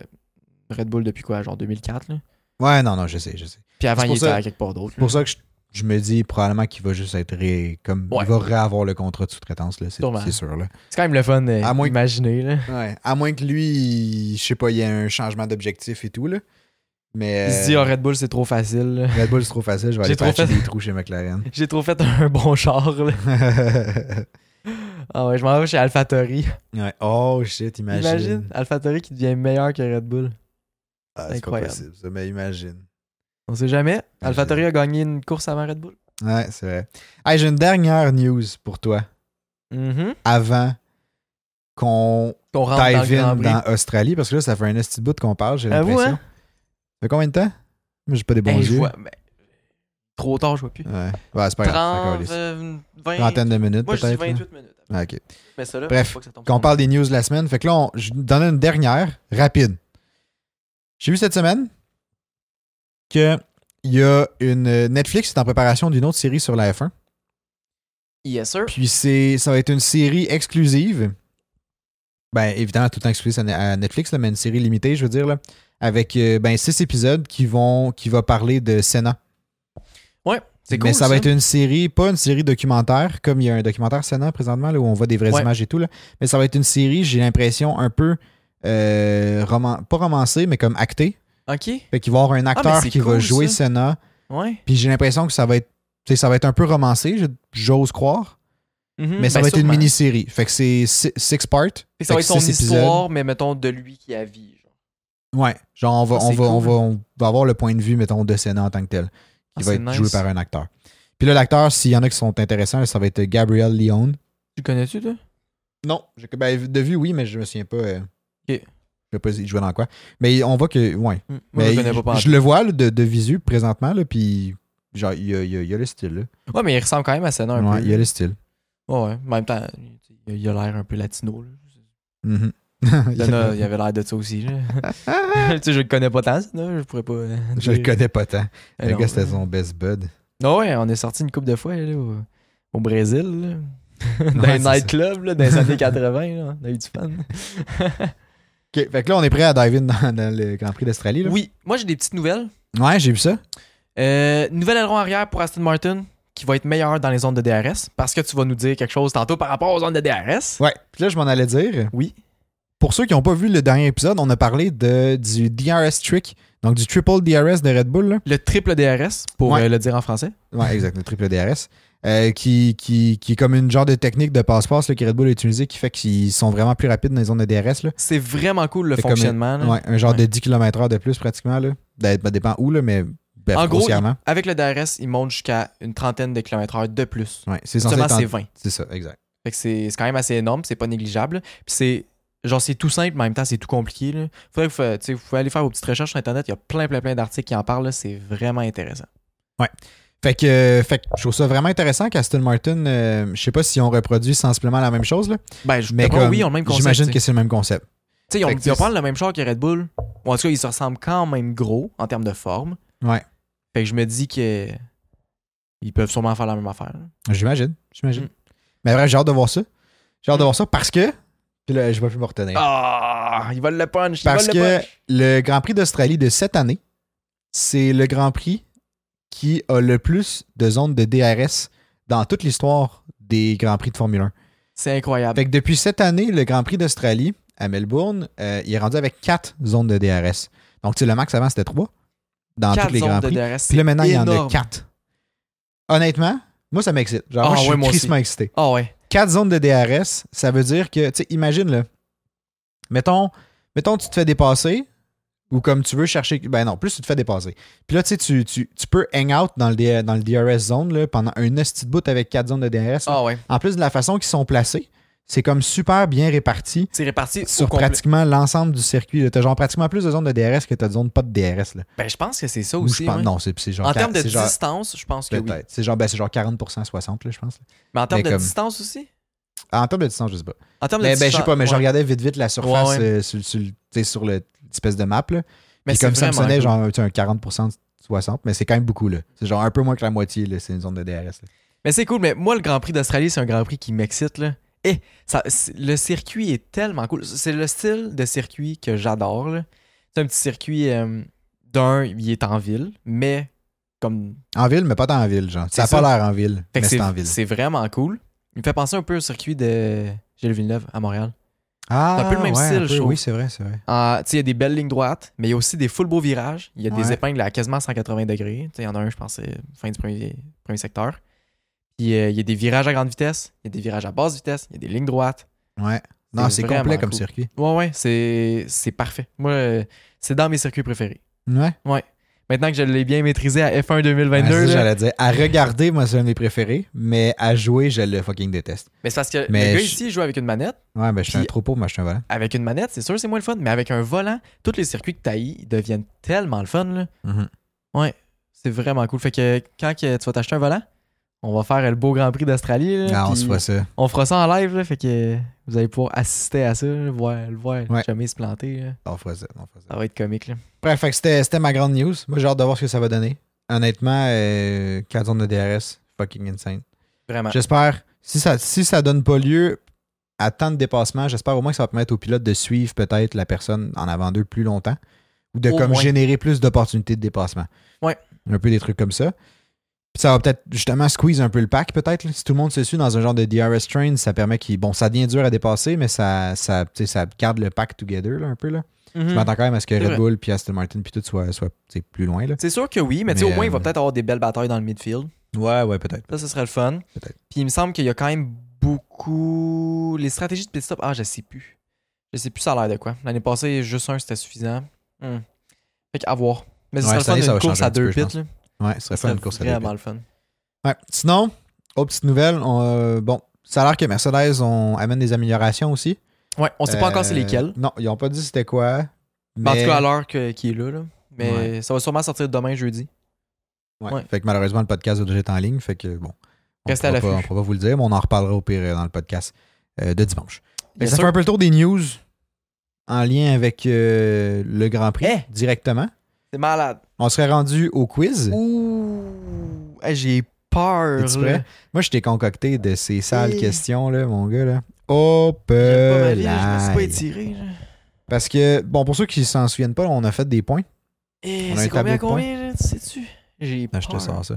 Red Bull depuis quoi, genre 2004. Là. Ouais, non, non, je sais, je sais. Puis avant, C'est il pour était ça- à quelque part d'autre. C'est pour ça que je, je me dis probablement qu'il va juste être ré- comme Ouais. il va réavoir le contrat de sous-traitance là, c'est, Sûrement. c'est sûr là. C'est quand même le fun euh, À moins que- imaginer. Là. À moins que lui, il- je sais pas, il y ait un changement d'objectif et tout là. Mais Il se dit, euh, oh, Red Bull, c'est trop facile. là. Red Bull c'est trop facile, je vais J'ai aller trop patcher fait- des trous chez McLaren. J'ai trop fait un bon char. Là. Ah ouais, je m'en vais chez AlphaTauri. Ouais. Oh shit, imagine. Imagine, AlphaTauri qui devient meilleur que Red Bull. Ah, c'est pas Incroyable. possible ça, mais imagine. On sait jamais. AlphaTauri a gagné une course avant Red Bull. Ouais, c'est vrai. Hey, j'ai une dernière news pour toi Mm-hmm. Mhm. avant qu'on Qu'on rentre dans dive le Grand in Prix. dans Australie parce que là ça fait un petit bout qu'on parle, j'ai Avoue, l'impression. hein? Ça fait combien de temps? Moi, j'ai pas des bons Hey, Eh, je yeux. vois- mais- Trop tard, je vois plus. Ouais, Ouais, c'est pas grave. 30, c'est encore les- euh, 20 Trentaine de minutes, Moi, je dis peut-être. là. 28 minutes. savais. Ah, OK. Mais ça, là, Bref, faut pas que ça tombe Quand sur on parle des news de la semaine, fait que là, on, je donne une dernière rapide. J'ai vu cette semaine que il y a une Netflix est en préparation d'une autre série sur la F1. nous. Yes, sir. Puis c'est ça va être une série exclusive. Ben évidemment tout le temps exclusive à à Netflix là, mais une série limitée, je veux dire là, avec euh, ben six épisodes qui vont qui va parler de Senna. Ouais, c'est cool. mais ça, va être une série, pas une série documentaire comme il y a un documentaire Senna présentement là, où on voit des vraies Ouais. images et tout là, mais ça va être une série, j'ai l'impression un peu euh, roman- pas romancée mais comme actée. Ok. Fait qu'il va y avoir un acteur Ah, c'est qui va cool, jouer ça. Senna. Ouais. Puis j'ai l'impression que ça va être tu sais, ça va être un peu romancé, je- j'ose croire, Mhm, mais ça ben, va être une sûrement. mini-série. Fait que c'est six, six parts. Fait que ça va être Fait que son six épisodes. histoire, mais mettons de lui qui a vie. genre. Ouais, genre on va, Ah, on, c'est va, on, cool. va, on va avoir le point de vue, mettons, de Senna en tant que tel, Ah, qui va c'est être joué nice. par un acteur. Puis là, l'acteur, s'il y en a qui sont intéressants, ça va être Gabriel Leone. Tu le connais-tu, toi Non, j'ai- ben, de vue, oui, mais je me souviens pas. euh, Ok. Je sais pas il jouait dans quoi. Mais on voit que, ouais. Hum, Moi, Mais je le connais il- pas. pas en je le vois là, de, de visu présentement, là, puis genre, il y a, il y a- il y a le style, là. tout. Ouais, mais il ressemble quand même à Senna un Ouais, peu. il y a le style. Ouais, ouais. En même temps, il il a l'air un peu latino. Là. Mhm. Il y a- Senna, il avait l'air de ça aussi. là. tu sais, je le connais pas tant, Senna. Je pourrais pas. euh, Je le dire. connais pas tant. Eh le non. gars, c'était son best bud. Ah ouais, on est sorti une couple de fois là, au, au Brésil. là. dans Ouais, les c'est ça. nightclubs, là, dans les années 80. là. On a eu du fun. OK, fait que là, on est prêt à dive in dans, dans le Grand Prix d'Australie. là. oui, moi j'ai des petites nouvelles. Ouais, j'ai vu ça. Euh, nouvel aileron arrière pour Aston Martin qui va être meilleur dans les zones de DRS parce que tu vas nous dire quelque chose tantôt par rapport aux zones de DRS. Ouais. Puis là, je m'en allais dire. Oui. Pour ceux qui n'ont pas vu le dernier épisode, on a parlé de, du DRS trick, donc du triple DRS de Red Bull. là. Le triple DRS pour Ouais. euh, le dire en français. Ouais, exact, le triple DRS. euh, qui, qui, qui est comme une genre de technique de passe-passe là, que Red Bull a utilisée qui fait qu'ils sont vraiment plus rapides dans les zones de DRS. Là. C'est vraiment cool le C'est comme fonctionnement. là. Ouais, un genre Ah Ouais. de 10 km/h de plus pratiquement. Là. Ben, ben, dépend où, là, mais ben, En gros, grossièrement. Avec le DRS, il monte jusqu'à une trentaine de kilomètres heure de plus. Ouais, c'est censé Seulement être en- c'est 20. C'est ça, exact. Fait que c'est c'est quand même assez énorme, c'est pas négligeable. Puis c'est genre c'est tout simple, mais en même temps c'est tout compliqué. Là. Faudrait que vous, fa- tu sais, vous pouvez aller faire vos petites recherches sur internet, il y a plein plein plein d'articles qui en parlent, là. c'est vraiment intéressant. Fait que, euh, fait que je trouve ça vraiment intéressant qu'Aston Martin, euh, je sais pas si on reproduit sensiblement la même chose, là, Ben je mais te prends, comme, oui, ils ont le même concept. j'imagine tu que sais. c'est le même concept. Tu sais, ils ont, Fait que ils ont c'est- pas mal le même char que Red Bull. Ou en tout cas, ils se ressemblent quand même gros en termes de forme. Ouais. Fait que je me dis que ils peuvent sûrement faire la même affaire. là. J'imagine, j'imagine. Mm. Mais vrai, j'ai hâte de voir ça. J'ai hâte de Mm. voir ça parce que, puis là, je vais plus me retenir. Ah, ils veulent le punch, ils Parce veulent le que- punch. Le Grand Prix d'Australie de cette année, c'est le Grand Prix qui a le plus de zones de DRS dans toute l'histoire des Grands Prix de Formule 1. C'est incroyable. Fait que depuis cette année, le Grand Prix d'Australie à Melbourne, euh, il est rendu avec 4 zones de DRS. Donc, tu sais, le max avant, c'était 3 dans Quatre tous les zones Grands de Prix. DRS. Puis là, maintenant, il y en énorme. a 4. Honnêtement, moi, ça m'excite. Genre, Ah, moi, je suis ouais, moi aussi. crissement excité. Ah ouais. 4 zones de DRS, ça veut dire que, tu sais, imagine, là, mettons, mettons, tu te fais dépasser ou comme tu veux chercher. Ben non, plus tu te fais dépasser. Puis là, tu sais, tu, tu, tu peux hang out dans le, D- dans le DRS zone là, pendant un hostie de bout avec 4 zones de DRS. là. Ah ouais. En plus de la façon qu'ils sont placés, c'est comme super bien réparti C'est réparti au sur complet. pratiquement l'ensemble du circuit. là. T'as genre pratiquement plus de zones de DRS que t'as de zones pas de DRS. Là. Ben, je pense que c'est ça Ou je aussi. pense- ouais. Non, c'est c'est genre. En quar- termes de c'est genre- distance, je pense que oui. Peut-être. C'est genre, ben, c'est genre 40%, 60, là, je pense. Mais en termes Mais de comme- distance aussi En termes de distance, je sais pas. En termes Mais de ben, je distance. sais pas, mais je ouais. regardais vite vite la surface Ouais, ouais. euh, sur, sur le- tu sais, sur le espèce de map. Là. Mais Puis comme c'est ça me vraiment sonnait cool. genre tu sais, un 40%, 60, mais c'est quand même beaucoup. là. C'est genre un peu moins que la moitié, là, c'est une zone de DRS. là. Mais c'est cool, mais moi, le Grand Prix d'Australie, c'est un Grand Prix qui m'excite, là. Et le circuit est tellement cool. C'est le style de circuit que j'adore, là. C'est un petit circuit, euh, d'un, il est en ville, mais comme. En ville, mais pas tant en ville, genre. Ça a C'est pas ça. l'air en ville, Fait que mais c'est en c'est ville. c'est vraiment cool. Il me fait penser un peu au circuit de Gilles Villeneuve à Montréal. Ah, un peu le même ouais, style, peu, je trouve. Oui, c'est vrai, c'est vrai. Ah, tu sais, il y a des belles lignes droites, mais il y a aussi des full beaux virages. Il y a des Ouais. épingles à quasiment 180 degrés. Tu sais, il y en a un, je pense, c'est fin du premier, premier secteur. Puis euh, il y a des virages à grande vitesse, il y a des virages à basse vitesse, il y a des lignes droites. Ouais. Non, c'est C'est vraiment complet comme cool. circuit. Ouais, ouais, c'est c'est parfait. Moi, euh, c'est dans mes circuits préférés. Ouais. Maintenant que je l'ai bien maîtrisé à F1 Ah, 2022, c'est ça, Ben, là, j'allais dire. À regarder, moi, c'est un de mes préférés, mais à jouer, je le fucking déteste. mais c'est parce que Mais le gars je- ici il joue avec une manette. Ouais, ben, je suis Puis- un troupeau, moi, je suis un volant. Avec une manette, c'est sûr, c'est moins le fun, mais avec un volant, tous les circuits que t'haïs ils deviennent tellement le fun, là. Mhm. C'est vraiment cool. Fait que quand que tu vas t'acheter un volant, On va faire le beau Grand Prix d'Australie. là, Ah, on puis se voit ça. on fera ça en live, là, fait que vous allez pouvoir assister à ça, là, voir, le voir, Ouais. le jamais se planter. là. On fera ça. On fera ça. Ça va être comique. Là. Bref, fait que c'était c'était ma grande news. Moi, j'ai hâte de voir ce que ça va donner. Honnêtement, euh, 4 zones de DRS, fucking insane. Vraiment. J'espère, si ça, si ça donne pas lieu à tant de dépassements, j'espère au moins que ça va permettre aux pilotes de suivre peut-être la personne en avant d'eux plus longtemps ou de Au comme moins. générer plus d'opportunités de dépassement. Ouais. Un peu des trucs comme ça. Puis ça va peut-être justement squeeze un peu le pack, peut-être. là. Si tout le monde se suit dans un genre de DRS train, ça permet qu'il. Bon, ça devient dur à dépasser, mais ça, ça, tu sais, ça garde le pack together là, un peu. Là. Je Mhm. m'attends quand même à ce que C'est Red vrai. Bull puis Aston Martin puis tout soit, soit tu sais, plus loin. Là. C'est sûr que oui, mais, tu sais, au Mais, moins, il euh, va peut-être avoir des belles batailles dans le midfield. Ouais, ouais, peut-être. Ça, ce serait le fun. Peut-être. Puis il me semble qu'il y a quand même beaucoup. Les stratégies de pit stop, ah, je sais plus. Je sais plus, ça a l'air de quoi. L'année passée, juste un, c'était suffisant. Hmm. Fait qu'à voir. Mais ce Ouais, cette serait année, le ça fun va d'une course changer un à petit deux peu, je pits. pense. là. Ouais, ce serait Ça fun serait une course à deux vraiment le fun. Ouais. Sinon, aux petites nouvelles, on, euh, bon, ça a l'air que Mercedes on amène des améliorations aussi. Ouais, on sait pas Euh, encore c'est lesquels. Non, ils n'ont pas dit c'était quoi. Mais, Mais... En tout cas, à l'heure que- qui est là. là. Mais ça va sûrement sortir demain, jeudi. Ouais. ouais. Fait que malheureusement, le podcast va déjà être en ligne. Fait que bon, on Restez à pourra pas- l'affût. On ne pourra pas vous le dire, mais on en reparlera au pire euh, dans le podcast euh, de dimanche. Fait que Bien ça sûr. fait un peu le tour des news en lien avec euh, le Grand Prix Eh! directement. C'est malade. On serait rendu au quiz. Ouh, hey, j'ai peur. Es-tu là. prêt? Moi, je t'ai concocté de ces sales Eh. questions, là, mon gars. Là. Oh, J'aime pas ma vie, là, je me suis pas pelaille. étiré. là. Parce que, bon, pour ceux qui s'en souviennent pas, on a fait des points. Eh, On a un c'est combien à tableau de combien, là, tu sais-tu? J'ai Non, peur. je te sors ça.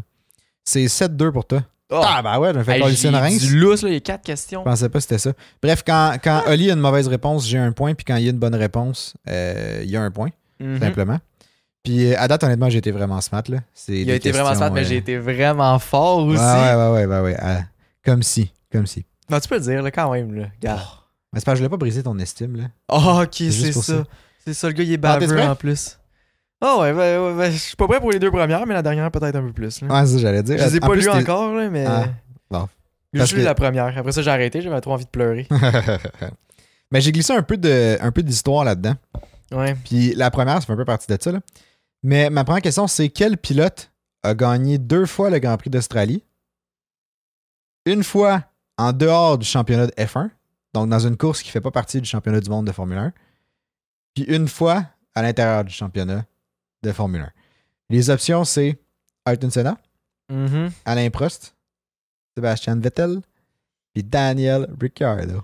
C'est 7-2 pour toi. Ah Oh. Ah, bah ouais, j'ai fait Hey, coller j'ai une rince. du lousse, là, il y a quatre questions. Je pensais pas que c'était ça. Bref, quand, quand Oli a une mauvaise réponse, j'ai un point. Puis quand il y a une bonne réponse, euh, il y a un point, Mhm. simplement. Puis euh, à date, honnêtement, j'ai été vraiment smart. Là. C'est Il des a été vraiment questions, smart, mais euh, j'ai été vraiment fort Ouais, aussi. ouais, ouais, ouais, ouais, ouais, ah, comme si, comme si. Non, tu peux le dire, là, quand même, là. Regarde. Mais c'est parce que je voulais pas briser ton estime, là. Ah, Oh. ok, juste c'est pour ça. ça. C'est ça, le gars, il est Ah, t'es baveux prêt? en plus. Ah ouais, ben, ouais, ben, je suis pas prêt pour les deux premières, mais la dernière peut-être un peu plus. là. Ouais, c'est ça, que j'allais dire. Mhm. je les ai En pas plus, lues t'es- encore, là, mais. Ah, bon. J'ai Parce juste lu que- la première. Après ça, j'ai arrêté, j'avais trop envie de pleurer. Mais j'ai glissé un peu de- un peu d'histoire là-dedans. Ouais. Puis la première, ça fait un peu partie de ça. là. Mais ma première question, c'est quel pilote a gagné deux fois le Grand Prix d'Australie? Une fois en dehors du championnat de F1, donc dans une course qui ne fait pas partie du championnat du monde de Formule 1. Puis une fois à l'intérieur du championnat de Formule 1. Les options, c'est Ayrton Senna, Mhm. Alain Prost, Sebastian Vettel, puis Daniel Ricciardo.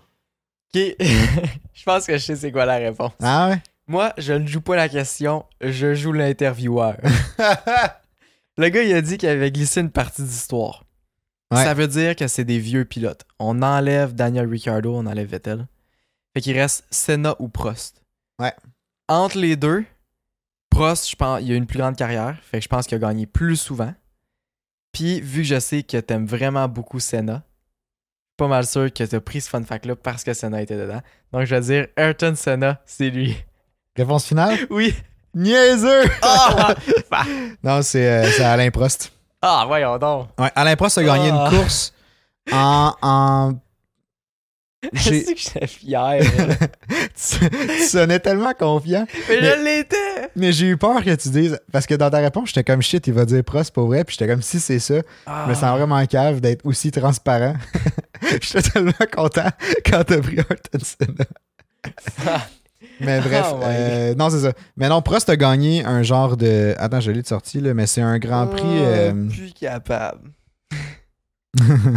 Ok. je pense que je sais c'est quoi la réponse. Ah ouais? Moi, je ne joue pas la question, je joue l'intervieweur. le gars, il a dit qu'il avait glissé une partie d'histoire. Ouais. Ça veut dire que c'est des vieux pilotes. On enlève Daniel Ricciardo, on enlève Vettel. Fait qu'il reste Senna ou Prost. Ouais. Entre les deux, Prost, je pense, il a une plus grande carrière. Fait que je pense qu'il a gagné plus souvent. Puis, vu que je sais que t'aimes vraiment beaucoup Senna, pas mal sûr que t'as pris ce fun fact-là parce que Senna était dedans. Donc, je vais dire Ayrton Senna, c'est lui. Réponse finale? Oui. Niaiseux! Ah, Bah. Non, c'est euh, c'est Alain Prost. ah voyons donc. Ouais, Alain Prost a gagné Ah. une course en. en... J'ai- C'est que j'étais fier. là. tu, tu sonnais tellement confiant, Mais je l'étais. mais j'ai eu peur que tu dises. Parce que dans ta réponse, j'étais comme shit, il va dire Prost pour vrai, puis j'étais comme si c'est ça. Je Ah. me sens vraiment cave d'être aussi transparent. j'étais tellement content quand t'as pris Ayrton Senna. Ah. Mais bref, Ah ouais. euh, non, c'est ça. Mais non, Prost a gagné un genre de. Attends, je l'ai sorti, là, mais c'est un grand prix. euh, Oh, Plus capable.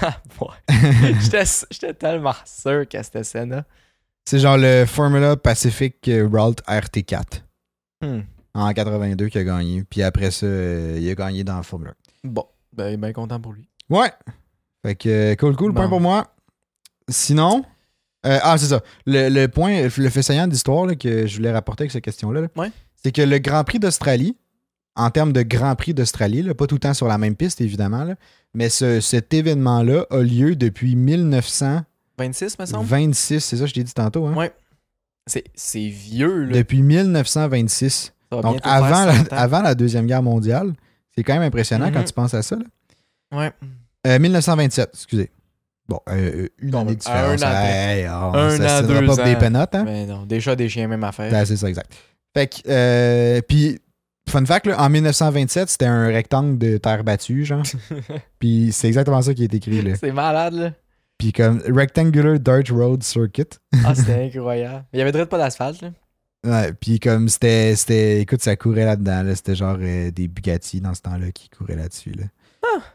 Ah, boy. J'étais j'étais tellement sûr que c'était Senna. c'est genre le Formula Pacific euh, Route RT4. Hmm. en 82 qu'il a gagné. Puis après ça, euh, il a gagné dans la Formule Bon, ben, il est bien content pour lui. 1. Ouais. Fait que euh, cool, cool, point Bon. pour moi. Sinon, euh, ah, c'est ça. Le, le point, le fait saillant d'histoire là, que je voulais rapporter avec cette question-là, là, Ouais. c'est que le Grand Prix d'Australie, en termes de Grand Prix d'Australie, là, pas tout le temps sur la même piste, évidemment, là, mais ce- cet événement-là a lieu depuis 1926, 26, me semble. c'est ça que je t'ai dit tantôt, hein? Ouais. C'est c'est vieux, là. Depuis 1926. Ça va Donc bientôt faire avant la, 100 ans. avant la Deuxième Guerre mondiale, c'est quand même impressionnant quand Mhm. tu penses à ça. là. Ouais. Euh, 1927, excusez. Bon, euh, euh, une Non, année mais de différence. un an, Hey, oh, on un an, s'assinera deux pas pour des ans. pénotes, hein? Mais non, déjà des chiens, même affaire. Ben, c'est ça, exact. Fait que, euh, puis Fun fact, là, en 1927, c'était un rectangle de terre battue, genre. Puis c'est exactement ça qui est écrit, là. C'est malade, là. Puis comme Rectangular Dirt Road Circuit. Ah, c'était incroyable. Mais il y avait direct pas d'asphalte, là. Ouais, puis comme c'était, c'était. Écoute, ça courait là-dedans, là. C'était genre euh, des Bugatti dans ce temps-là qui couraient là-dessus, là.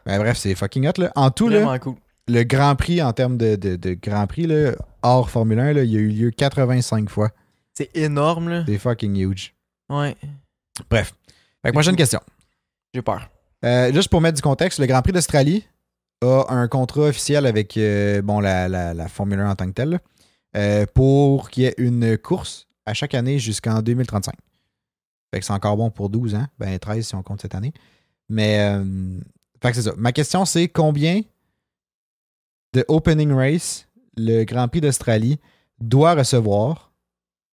Ben, bref, c'est fucking hot, là. En tout, là, Ah! Vraiment cool. le Grand Prix, en termes de, de- de Grand Prix, là, hors Formule 1, là, il a eu lieu 85 fois. C'est énorme, là. C'est fucking huge. Ouais. Bref. Fait que prochaine question. J'ai peur. Euh, juste pour mettre du contexte, le Grand Prix d'Australie a un contrat officiel avec euh, bon, la, la- la Formule 1 en tant que telle là, euh, pour qu'il y ait une course à chaque année jusqu'en 2035. Fait que c'est encore bon pour 12 ans, ben 13 si on compte cette année. Mais euh, fait que c'est ça. Ma question c'est combien de opening race le Grand Prix d'Australie doit recevoir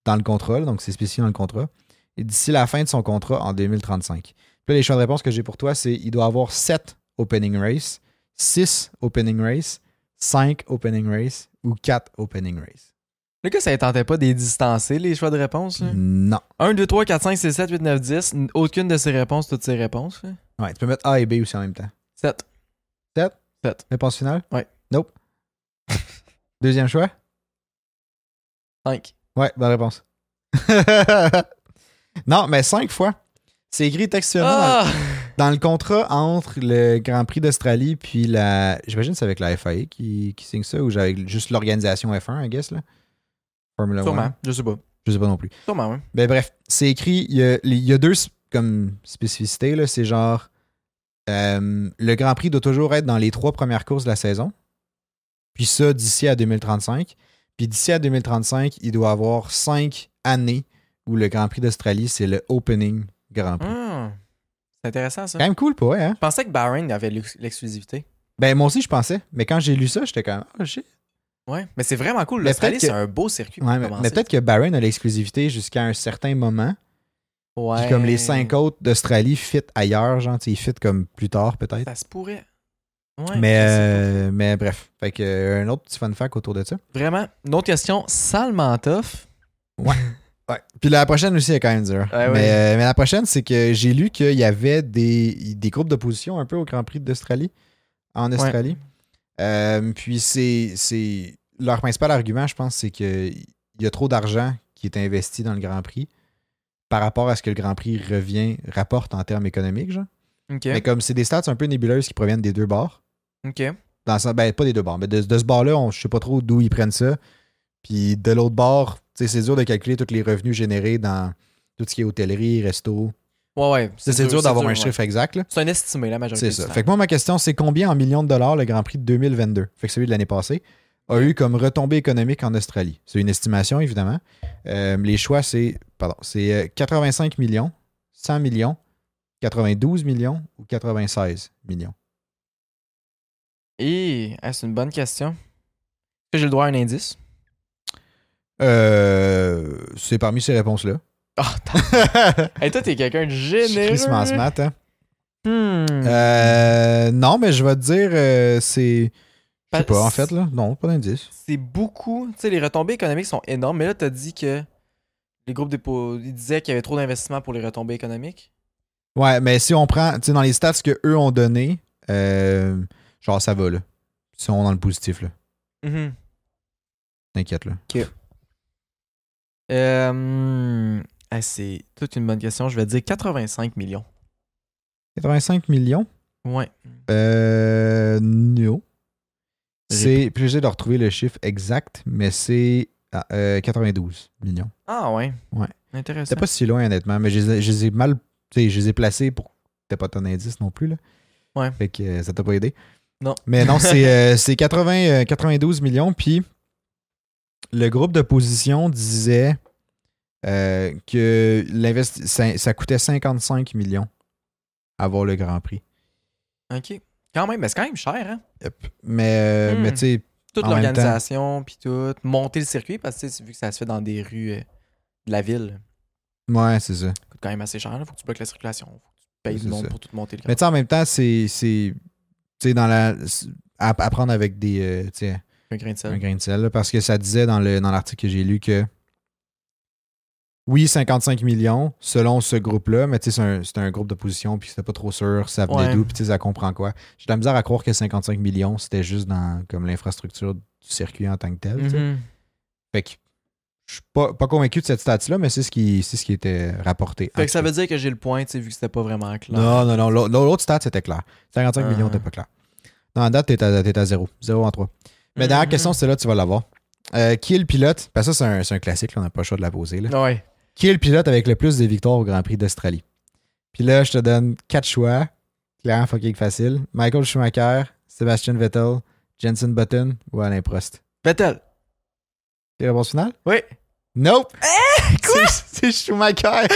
dans le contrat, là, donc c'est spécifié dans le contrat, et d'ici la fin de son contrat en 2035. Puis là, les choix de réponse que j'ai pour toi, c'est il doit avoir 7 opening race, 6 opening race, 5 opening race ou 4 opening race. Le gars, ça ne tentait pas de les distancer, les choix de réponse, là. Non. 1, 2, 3, 4, 5, 6, 7, 8, 9, 10. Aucune de ces réponses, toutes ces réponses, là. Ouais, tu peux mettre A et B aussi en même temps. 7. Réponse finale? Ouais. Nope. Deuxième choix? 5. Ouais, bonne réponse. non, mais 5 fois. C'est écrit textuellement dans le- Ah! dans le contrat entre le Grand Prix d'Australie puis la. J'imagine que c'est avec la FIA qui, qui signe ça ou avec juste l'organisation F1, I guess, là. Formula Sûrement, 1. je sais pas. Je sais pas non plus. Sûrement, ouais. Ben bref, c'est écrit, il y a, il y a deux sp- comme spécificités, là, c'est genre euh, le Grand Prix doit toujours être dans les trois premières courses de la saison. Puis ça, d'ici à 2035. Puis d'ici à 2035, il doit avoir cinq années où le Grand Prix d'Australie, c'est le opening Grand Prix. Ah. C'est intéressant, ça. Quand même cool, pas ouais, hein? Je pensais que Bahreïn avait l'ex- l'exclusivité. Ben moi aussi, je pensais. Mais quand j'ai lu ça, j'étais quand même. Oh, shit. Ouais, mais c'est vraiment cool. Mais L'Australie, peut-être que- c'est un beau circuit. pour Ouais, mais, commencer. mais peut-être que Bahrain a l'exclusivité jusqu'à un certain moment. Puis Ouais. comme les cinq autres d'Australie fit ailleurs, genre, tu sais, ils fit comme plus tard, peut-être. Ça se pourrait. Ouais. mais, je sais euh, mais bref, fait que, euh, un autre petit fun fact autour de ça. pas. Vraiment, une autre question salement tough. Puis la prochaine aussi est quand même dure. Ouais, mais, ouais. euh, mais la prochaine, c'est que j'ai lu qu'il y avait des, des groupes d'opposition un peu au Grand Prix d'Australie, en Australie. Euh, puis c'est, c'est leur principal argument, je pense, c'est qu'il y a trop d'argent qui est investi dans le Grand Prix par rapport à ce que le Grand Prix revient, rapporte en termes économiques. Genre. Ok. Mais comme c'est des stats un peu nébuleuses qui proviennent des deux bords, Ok. dans le sens- ben, pas des deux bords, mais de, de ce bord-là, on- je sais pas trop d'où ils prennent ça. Puis de l'autre bord, tu sais, c'est dur de calculer tous les revenus générés dans tout ce qui est hôtellerie, resto. Ouais, ouais. C'est, c'est dur d'avoir un ouais. chiffre exact. là. C'est un estimé, la majorité. C'est du ça. temps. Fait que moi, ma question, c'est combien en millions de dollars le Grand Prix de 2022, fait que celui de l'année passée, a eu comme retombée économique en Australie? C'est une estimation, évidemment. Euh, les choix, c'est, pardon, c'est euh, 85 millions, 100 millions, 92 millions ou 96 millions. Et ah, c'est une bonne question. Est-ce que j'ai le droit à un indice? Euh, c'est parmi ces réponses-là. Ah, t'as- hey, toi, t'es quelqu'un de généreux. Christmas là. mat, hein. Hmm. Euh, non, mais je vais te dire, euh, c'est. Je sais Pa- pas, en fait, là. Non, pas d'indice. C'est beaucoup. Tu sais, les retombées économiques sont énormes. Mais là, t'as dit que les groupes dépôts, ils disaient qu'il y avait trop d'investissement pour les retombées économiques. Ouais, mais si on prend, tu sais, dans les stats que eux ont donné, euh, genre, ça va, là. Ils sont dans le positif, là. Mhm. T'inquiète, là. Euh, ah, c'est toute une bonne question. Je vais dire 85 millions. 85 millions. Ouais. Euh. Non. J'ai- C'est. Puis j'essaie de retrouver le chiffre exact, mais c'est. ah, euh, 92 millions. Ah ouais. Ouais. Intéressant. C'était pas si loin, honnêtement, mais je les ai- je les ai mal. Tu sais, je les ai placés pour que t'aies pas ton indice non plus, là. Ouais. Fait que euh, ça t'a pas aidé. Non. Mais non, c'est euh, c'est 80, euh, 92 millions, puis le groupe d'opposition disait euh, que l'investi- ça, ça coûtait 55 millions avoir le Grand Prix. Ok. Quand même, mais c'est quand même cher, hein? Yep. Mais, euh, Hmm. mais tu sais, Toute En même temps. l'organisation, puis tout. Monter le circuit, parce que tu sais, vu que ça se fait dans des rues euh, de la ville, ouais, c'est ça. ça coûte quand même assez cher. Là. Faut que tu bloques la circulation. Faut que tu payes C'est du monde ça. pour tout monter le Mais tu sais, en même temps, c'est. c'est- Tu sais, dans la. c'est- À, à prendre avec des. euh, tu sais, Un grain de un sel. grain de sel, là, parce que ça disait dans le dans l'article que j'ai lu que oui, 55 millions selon ce groupe-là, mais tu sais, c'est un- c'est un, groupe d'opposition, puis c'était pas trop sûr, ça venait Ouais. d'où, puis tu sais, ça comprend quoi. J'ai de la misère à croire que 55 millions, c'était juste dans comme l'infrastructure du circuit en tant que tel. tu sais. Mhm. Fait que je suis pas, pas convaincu de cette stat-là, mais c'est ce, qui- c'est ce qui était rapporté. Fait En que ça tout cas. veut dire que j'ai le point, tu sais, vu que c'était pas vraiment clair. Ah, Non, non, non. l'au- L'autre stat, c'était clair. 55 Ah. millions, t'es pas clair. Non, en date, t'es à, t'es à zéro. Zéro en trois. Mais dernière Mhm. question, c'est là, tu vas l'avoir. Euh, qui est le pilote? Parce que ça, c'est un, c'est un classique, là, on n'a pas le choix de la poser. Là. Ouais. Qui est le pilote avec le plus de victoires au Grand Prix d'Australie? Puis là, je te donne quatre choix. Clairement fucking facile. Michael Schumacher, Sebastian Vettel, Jensen Button ou Alain Prost. Vettel. Tes réponses finales? Oui. Nope! Eh, quoi? C'est Schumacher!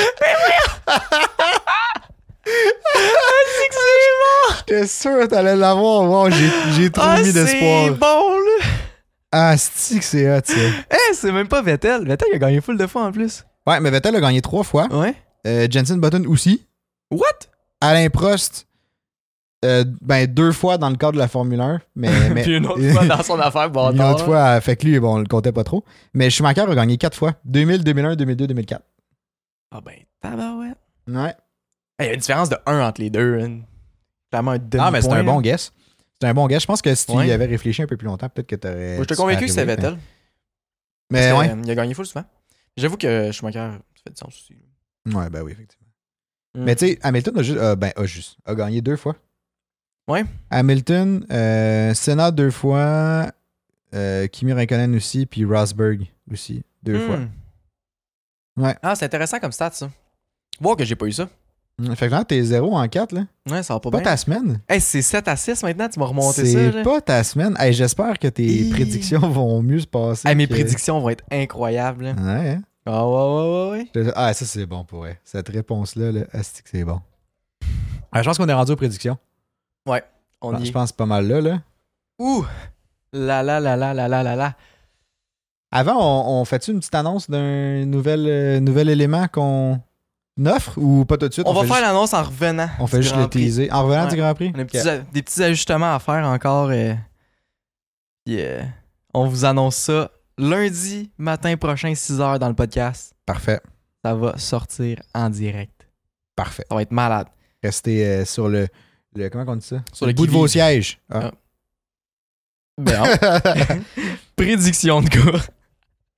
Ah, c'est que c'est mort! J'étais sûr que t'allais l'avoir. Wow, j'ai j'ai trop Ah, mis c'est d'espoir. bon, là! Ah, c'est que c'est hot, ça. Eh, c'est même pas Vettel. Vettel, il a gagné full de fois en plus. Ouais, mais Vettel a gagné trois fois. Ouais. Euh, Jensen Button aussi. What? Alain Prost, euh, ben deux fois dans le cadre de la Formule 1. Mais, mais- Puis une autre fois dans son affaire, bon Une autre fois, euh, fait que lui, bon, on le comptait pas trop. Mais Schumacher a gagné quatre fois. 2000, 2001, 2002, 2004. Ah ben, tabarouette. Ouais. Eh, Il y a une différence de 1 entre les deux. hein. Clairement, un demi Ah, mais c'est un bon gars. guess. C'est un bon guess. Je pense que si tu y hein. Ouais. avais réfléchi un peu plus longtemps, peut-être que t'aurais. tu Je t'ai serais convaincu que c'était arrivé, Vettel. Mais, mais parce ouais. que, euh, Il a gagné full souvent. J'avoue que Schumacher, ça fait du sens aussi. Ouais, ben oui, effectivement. Mm. Mais tu sais, Hamilton a juste, euh, ben, a juste, a gagné deux fois. Ouais. Hamilton, euh, Senna deux fois, euh, Kimi Räikkönen aussi, puis Rosberg aussi, deux fois. Ouais. Mm. Ah, c'est intéressant comme stat, ça. Voir que j'ai pas eu ça. Mm, Fait que là, t'es zéro en quatre, là. Ouais, ça va pas, Pas bien. ta semaine. Eh, c'est 7 à 6 maintenant, tu m'as remonté ça. C'est là. pas ta semaine. Hey, J'espère que tes Hi. prédictions vont mieux se passer. Eh, mes que- prédictions vont être incroyables. là. Ouais, hein? Ah ouais, ouais, ouais, ouais. Je- Ah, ça, c'est bon pour vrai. Cette réponse-là, là, asti que c'est bon. Ah, je pense qu'on est rendu aux prédictions. On Ah, y je est. pense pas mal là, là. Ouh! La la la la la la la la. Avant, on, on fait-tu une petite annonce d'un nouvel, euh, nouvel élément qu'on offre ou pas tout de suite? On, va fait faire juste, l'annonce en revenant. on fait du juste Grand le Prix. teaser. En revenant Ouais. du Grand Prix? On a des Ok. petits, a- des petits ajustements à faire encore. euh, puis, euh, on vous annonce ça lundi matin prochain, 6h dans le podcast. Parfait, Ça va sortir en direct. parfait. Ça va être malade. Restez euh, sur le, le- Comment on dit ça? Sur le bout de qui-vive. vos sièges. Ah. Ben, on- Prédiction de gars.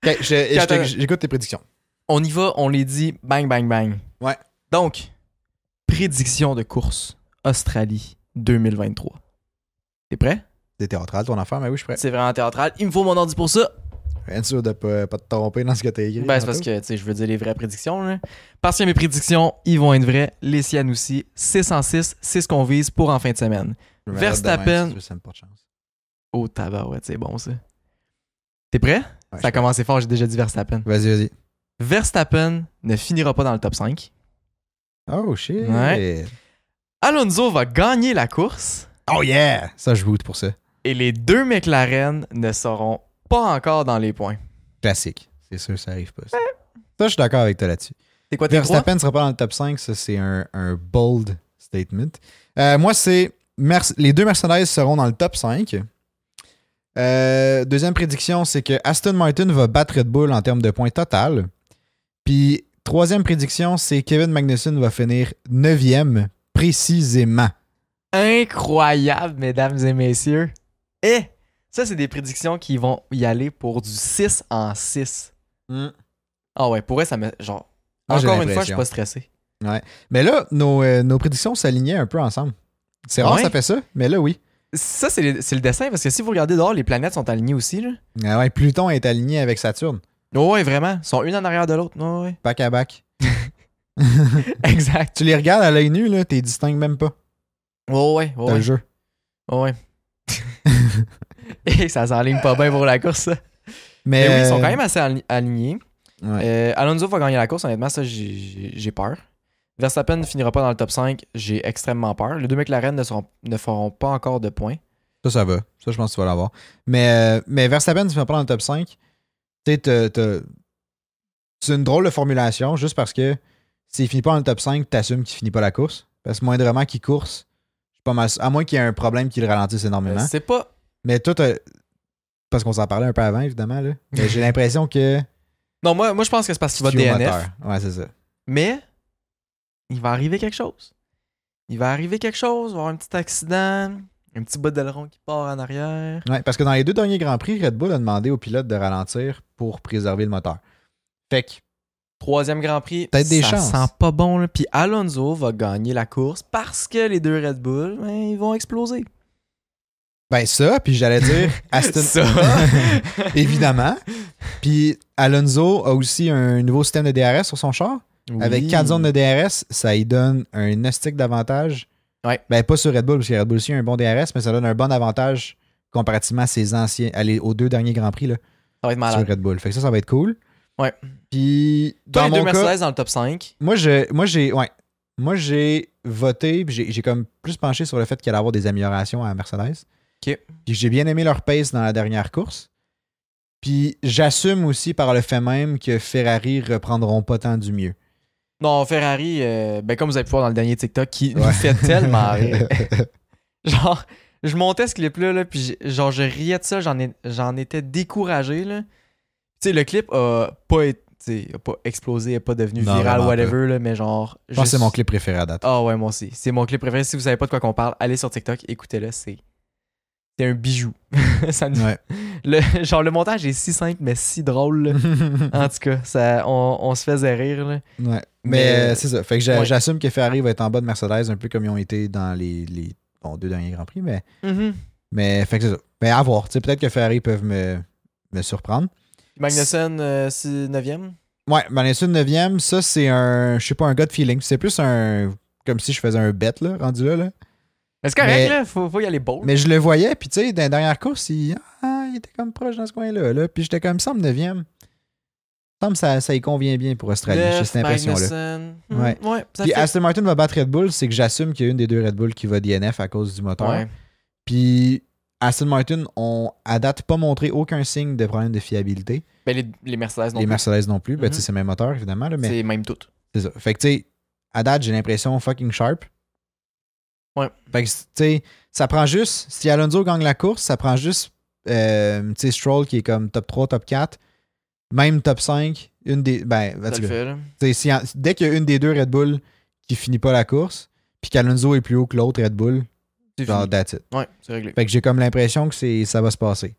Ok, je- je Attends. te- J'écoute tes prédictions. On y va, on les dit bang, bang, bang. Ouais. Donc, prédiction de course Australie 2023. T'es prêt? C'est théâtral ton affaire, mais oui, je suis prêt. C'est vraiment théâtral. Il me faut mon ordi pour ça. Bien sûr de pas, pas te tromper dans ce que t'as écrit. Ben, c'est parce que, tu sais, je veux dire les vraies prédictions, là. Parce que mes prédictions, ils vont être vraies. Les siennes aussi. 606, c'est ce qu'on vise pour en fin de semaine. Verstappen- Ça me porte chance. Oh, tabarouette, c'est bon, ça. T'es prêt? Ouais, ça a commencé fort, j'ai déjà dit Verstappen. Vas-y, vas-y. Verstappen ne finira pas dans le top 5. Oh, shit. Ouais. Alonso va gagner la course. Oh, yeah! Ça, je vote pour ça. Et les deux McLaren ne seront pas encore dans les points. Classique. C'est sûr, ça arrive pas. Ça, Ça, je suis d'accord avec toi là-dessus. C'est quoi tes trois? Verstappen ne sera pas dans le top 5, ça c'est un, un bold statement. Euh, moi, c'est Merce- les deux Mercedes seront dans le top 5. Euh, deuxième prédiction, c'est que Aston Martin va battre Red Bull en termes de points total. Puis, troisième prédiction, c'est Kevin Magnussen va finir 9e précisément. Incroyable, mesdames et messieurs. Et ça, c'est des prédictions qui vont y aller pour du 6 en 6. Ah ouais, pour vrai, ça me. Genre. Moi, j'ai encore une l'impression. fois, je suis pas stressé. Mais là, nos, euh, nos prédictions s'alignaient un peu ensemble. C'est rare Ouais. que ça fait ça, mais là, oui. Ça, c'est le, c'est le dessin, parce que si vous regardez dehors, les planètes sont alignées aussi. Là. Ah ouais, Pluton est aligné avec Saturne. Oh, ouais, vraiment. Ils sont une en arrière de l'autre. Ouais, ouais. Back à back. exact. Tu les regardes à l'œil nu, là, t'es distingues même pas. Ouais, ouais, T'as ouais. le jeu. ouais, ouais. Et ça s'enligne pas bien pour la course, ça. Mais Mais Ben oui, ils sont euh, quand même assez ali- alignés. ouais. Euh, Alonso va gagner la course, honnêtement, ça, j'ai- j'ai j'ai peur. Verstappen finira pas dans le top 5, j'ai extrêmement peur. Les deux McLaren ne, seront- ne feront pas encore de points. Ça, ça va. Ça, je pense que tu vas l'avoir. Mais, euh, mais Verstappen, tu ne pas dans le top 5. Tu sais, t'as- t'as- c'est une drôle de formulation juste parce que s'il finit pas dans le top 5, t'assumes qu'il finit pas la course. Parce que moindrement qu'il course, je suis pas mal sûr- à moins qu'il y ait un problème qui le ralentisse Euh, énormément. C'est pas. mais toi, t'as- parce qu'on s'en parlait un peu avant, évidemment, là. Mais j'ai l'impression que Non, moi, moi je pense que c'est parce qu'il va Studio DNF. moteur. Ouais, c'est ça. Mais il va arriver quelque chose. Il va arriver quelque chose, il va y avoir un petit accident, un petit bout d'aileron qui part en arrière. Ouais, parce que dans les deux derniers Grands Prix, Red Bull a demandé au pilote de ralentir pour préserver le moteur. Fait que Troisième Grand Prix, Peut-être des ça chances. sent pas bon. Là. Puis Alonso va gagner la course parce que les deux Red Bull, ben, ils vont exploser. Ben ça, puis j'allais dire Aston. Ça. Évidemment. Puis Alonso a aussi un nouveau système de DRS sur son char. Avec Oui. 4 zones de DRS, ça y donne un astic d'avantage. Ouais. Ben pas sur Red Bull, parce que Red Bull aussi a un bon DRS, mais ça donne un bon avantage comparativement à ses anciens, à les- aux deux derniers Grands Prix là, Ça va être sur malade. Red Bull. Fait que ça, ça va être cool. Ouais. Puis Toi, dans les deux mon cas, Mercedes dans le top 5. moi, je, moi, j'ai, ouais. Moi, j'ai voté, puis j'ai, j'ai comme plus penché sur le fait qu'il allait avoir des améliorations à Mercedes. Ok. Puis j'ai bien aimé leur pace dans la dernière course. Puis j'assume aussi par le fait même que Ferrari reprendront pas tant du mieux. Non, Ferrari, euh, ben comme vous avez pu voir dans le dernier TikTok, qui nous fait tellement rire. genre, je montais ce clip-là, là, puis j'ai- genre, je riais de ça, j'en ai- j'en étais découragé. là. Tu sais, le clip a pas, été, tu sais, a pas explosé, est pas devenu Non, viral, vraiment whatever, là, mais genre. Je pense que c'est juste- mon clip préféré à date. Ah ouais, moi aussi. C'est mon clip préféré. Si vous savez pas de quoi qu'on parle, allez sur TikTok, écoutez-le, c'est. C'est un bijou. Ça nous- Ouais. le, genre, le montage est si simple, mais si drôle. là. En tout cas, ça, on, on se faisait rire. Là. Ouais. Mais Mais- euh, c'est ça. Fait que j'a- Ouais. j'assume que Ferrari va être en bas de Mercedes, un peu comme ils ont été dans les, les bon, deux derniers Grands Prix. Mais, Mhm. mais fait que c'est ça. Mais à voir. Tu sais, peut-être que Ferrari peuvent me, me surprendre. Magnussen, euh, 9e. Ouais, Magnussen 9e, ça c'est un. Je sais pas, un gut feeling. C'est plus un. Comme si je faisais un bet, là, rendu là. là. C'est correct, Mais- là. Faut, faut y aller bold. Mais je le voyais, puis tu sais, dans la dernière course, il, ah, il était comme proche dans ce coin-là. Là, puis j'étais comme, semble 9e. Semble ça, ça y convient bien pour Australie. J'ai Neuf, cette impression-là. Magnussen. Hmm, Ouais. Ouais. ça Puis ben, fait- Aston Martin va battre Red Bull, c'est que j'assume qu'il y a une des deux Red Bull qui va DNF à cause du moteur. Ouais. Puis Aston Martin ont à date pas montré aucun signe de problème de fiabilité. Ben, les, les Mercedes non Les plus. Mercedes non plus. Ben, Mhm. tu sais, c'est le même moteur, évidemment. Là, mais C'est même toutes. C'est ça. Fait que, tu sais, à date, j'ai l'impression fucking sharp. Ouais. Fait que, tu sais, ça prend juste, si Alonso gagne la course, ça prend juste, euh, tu sais, Stroll qui est comme top 3, top 4, même top 5, une des. Ben, en Ça tout le cas, fait, là. tu sais, si en- dès qu'il y a une des deux Red Bull qui finit pas la course, puis qu'Alonso est plus haut que l'autre Red Bull, C'est genre, fini. that's it. Ouais, c'est réglé. Fait que j'ai comme l'impression que c'est ça va se passer.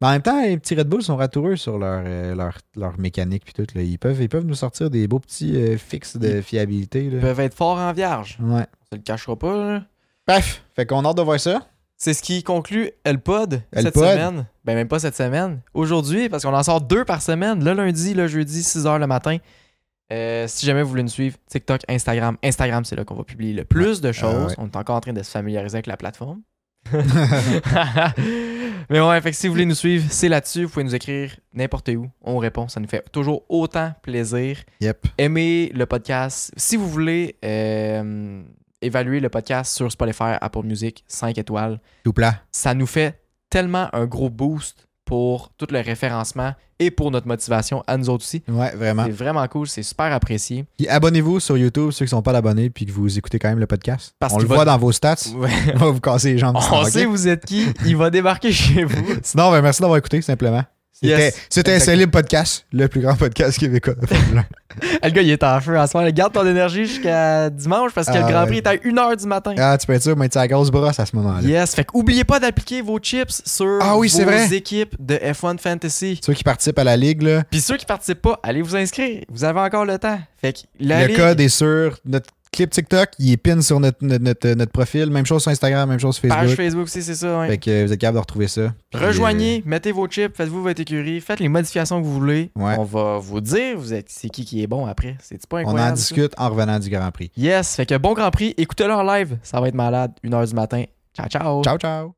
Mais en même temps, les petits Red Bull sont ratoureux sur leur, euh, leur, leur mécanique puis tout. là. Ils, peuvent, ils peuvent nous sortir des beaux petits euh, fixes de fiabilité. Là. Ils peuvent être forts en vierge. Ouais. On se le cachera pas, là. Bref, fait qu'on a hâte de voir ça. C'est ce qui conclut El Pod El cette Pod. semaine. Ben, même pas cette semaine. Aujourd'hui, parce qu'on en sort deux par semaine. Le lundi, le jeudi, 6 h le matin. Euh, si jamais vous voulez nous suivre, TikTok, Instagram. Instagram, c'est là qu'on va publier le plus de choses. ouais. On est encore en train de se familiariser avec la plateforme. Mais ouais, fait que si vous voulez nous suivre, c'est là-dessus. Vous pouvez nous écrire n'importe où. On répond. Ça nous fait toujours autant plaisir. yep. Aimez le podcast. Si vous voulez euh, évaluer le podcast sur Spotify, Apple Music, 5 étoiles, Tout plat. ça nous fait tellement un gros boost pour tout le référencement et pour notre motivation à nous autres aussi. Ouais, vraiment. C'est vraiment cool. C'est super apprécié. Puis abonnez-vous sur YouTube, ceux qui sont pas abonnés, puis que vous écoutez quand même le podcast. Parce on qu'il le va- voit dans vos stats. Ouais. On va vous casser les jambes. On Ok? sait vous êtes qui. Il va débarquer chez vous. Sinon, ben, merci d'avoir écouté, simplement. C'était Yes. c'était un Exactement. célèbre podcast, le plus grand podcast québécois. Ah, Le gars, il est en feu en ce moment. Garde ton énergie jusqu'à dimanche parce que Ah, le Grand Prix ouais. est à 1h du matin. ah, tu peux être sûr, mais tu as la grosse brosse à ce moment-là. Yes, fait qu'oubliez pas d'appliquer vos chips sur Ah oui, c'est vos vrai. équipes de F1 Fantasy. Ceux qui participent à la ligue, là, Puis ceux qui participent pas, allez vous inscrire. Vous avez encore le temps. Fait que la le ligue- code est sur notre clip TikTok, il est pin sur notre, notre, notre- notre profil. Même chose sur Instagram, même chose sur page Facebook. Facebook aussi, c'est ça. ouais. Fait que euh, vous êtes capable de retrouver ça. Puis, euh, Rejoignez, mettez vos chips, faites-vous votre écurie, faites les modifications que vous voulez. Ouais. On va vous dire vous êtes c'est qui qui est bon après. C'est pas euh, on en incroyable. ça? discute en revenant du Grand Prix. Yes, fait que bon Grand Prix, écoutez-le en live, ça va être malade, 1h du matin. Ciao ciao. Ciao, ciao!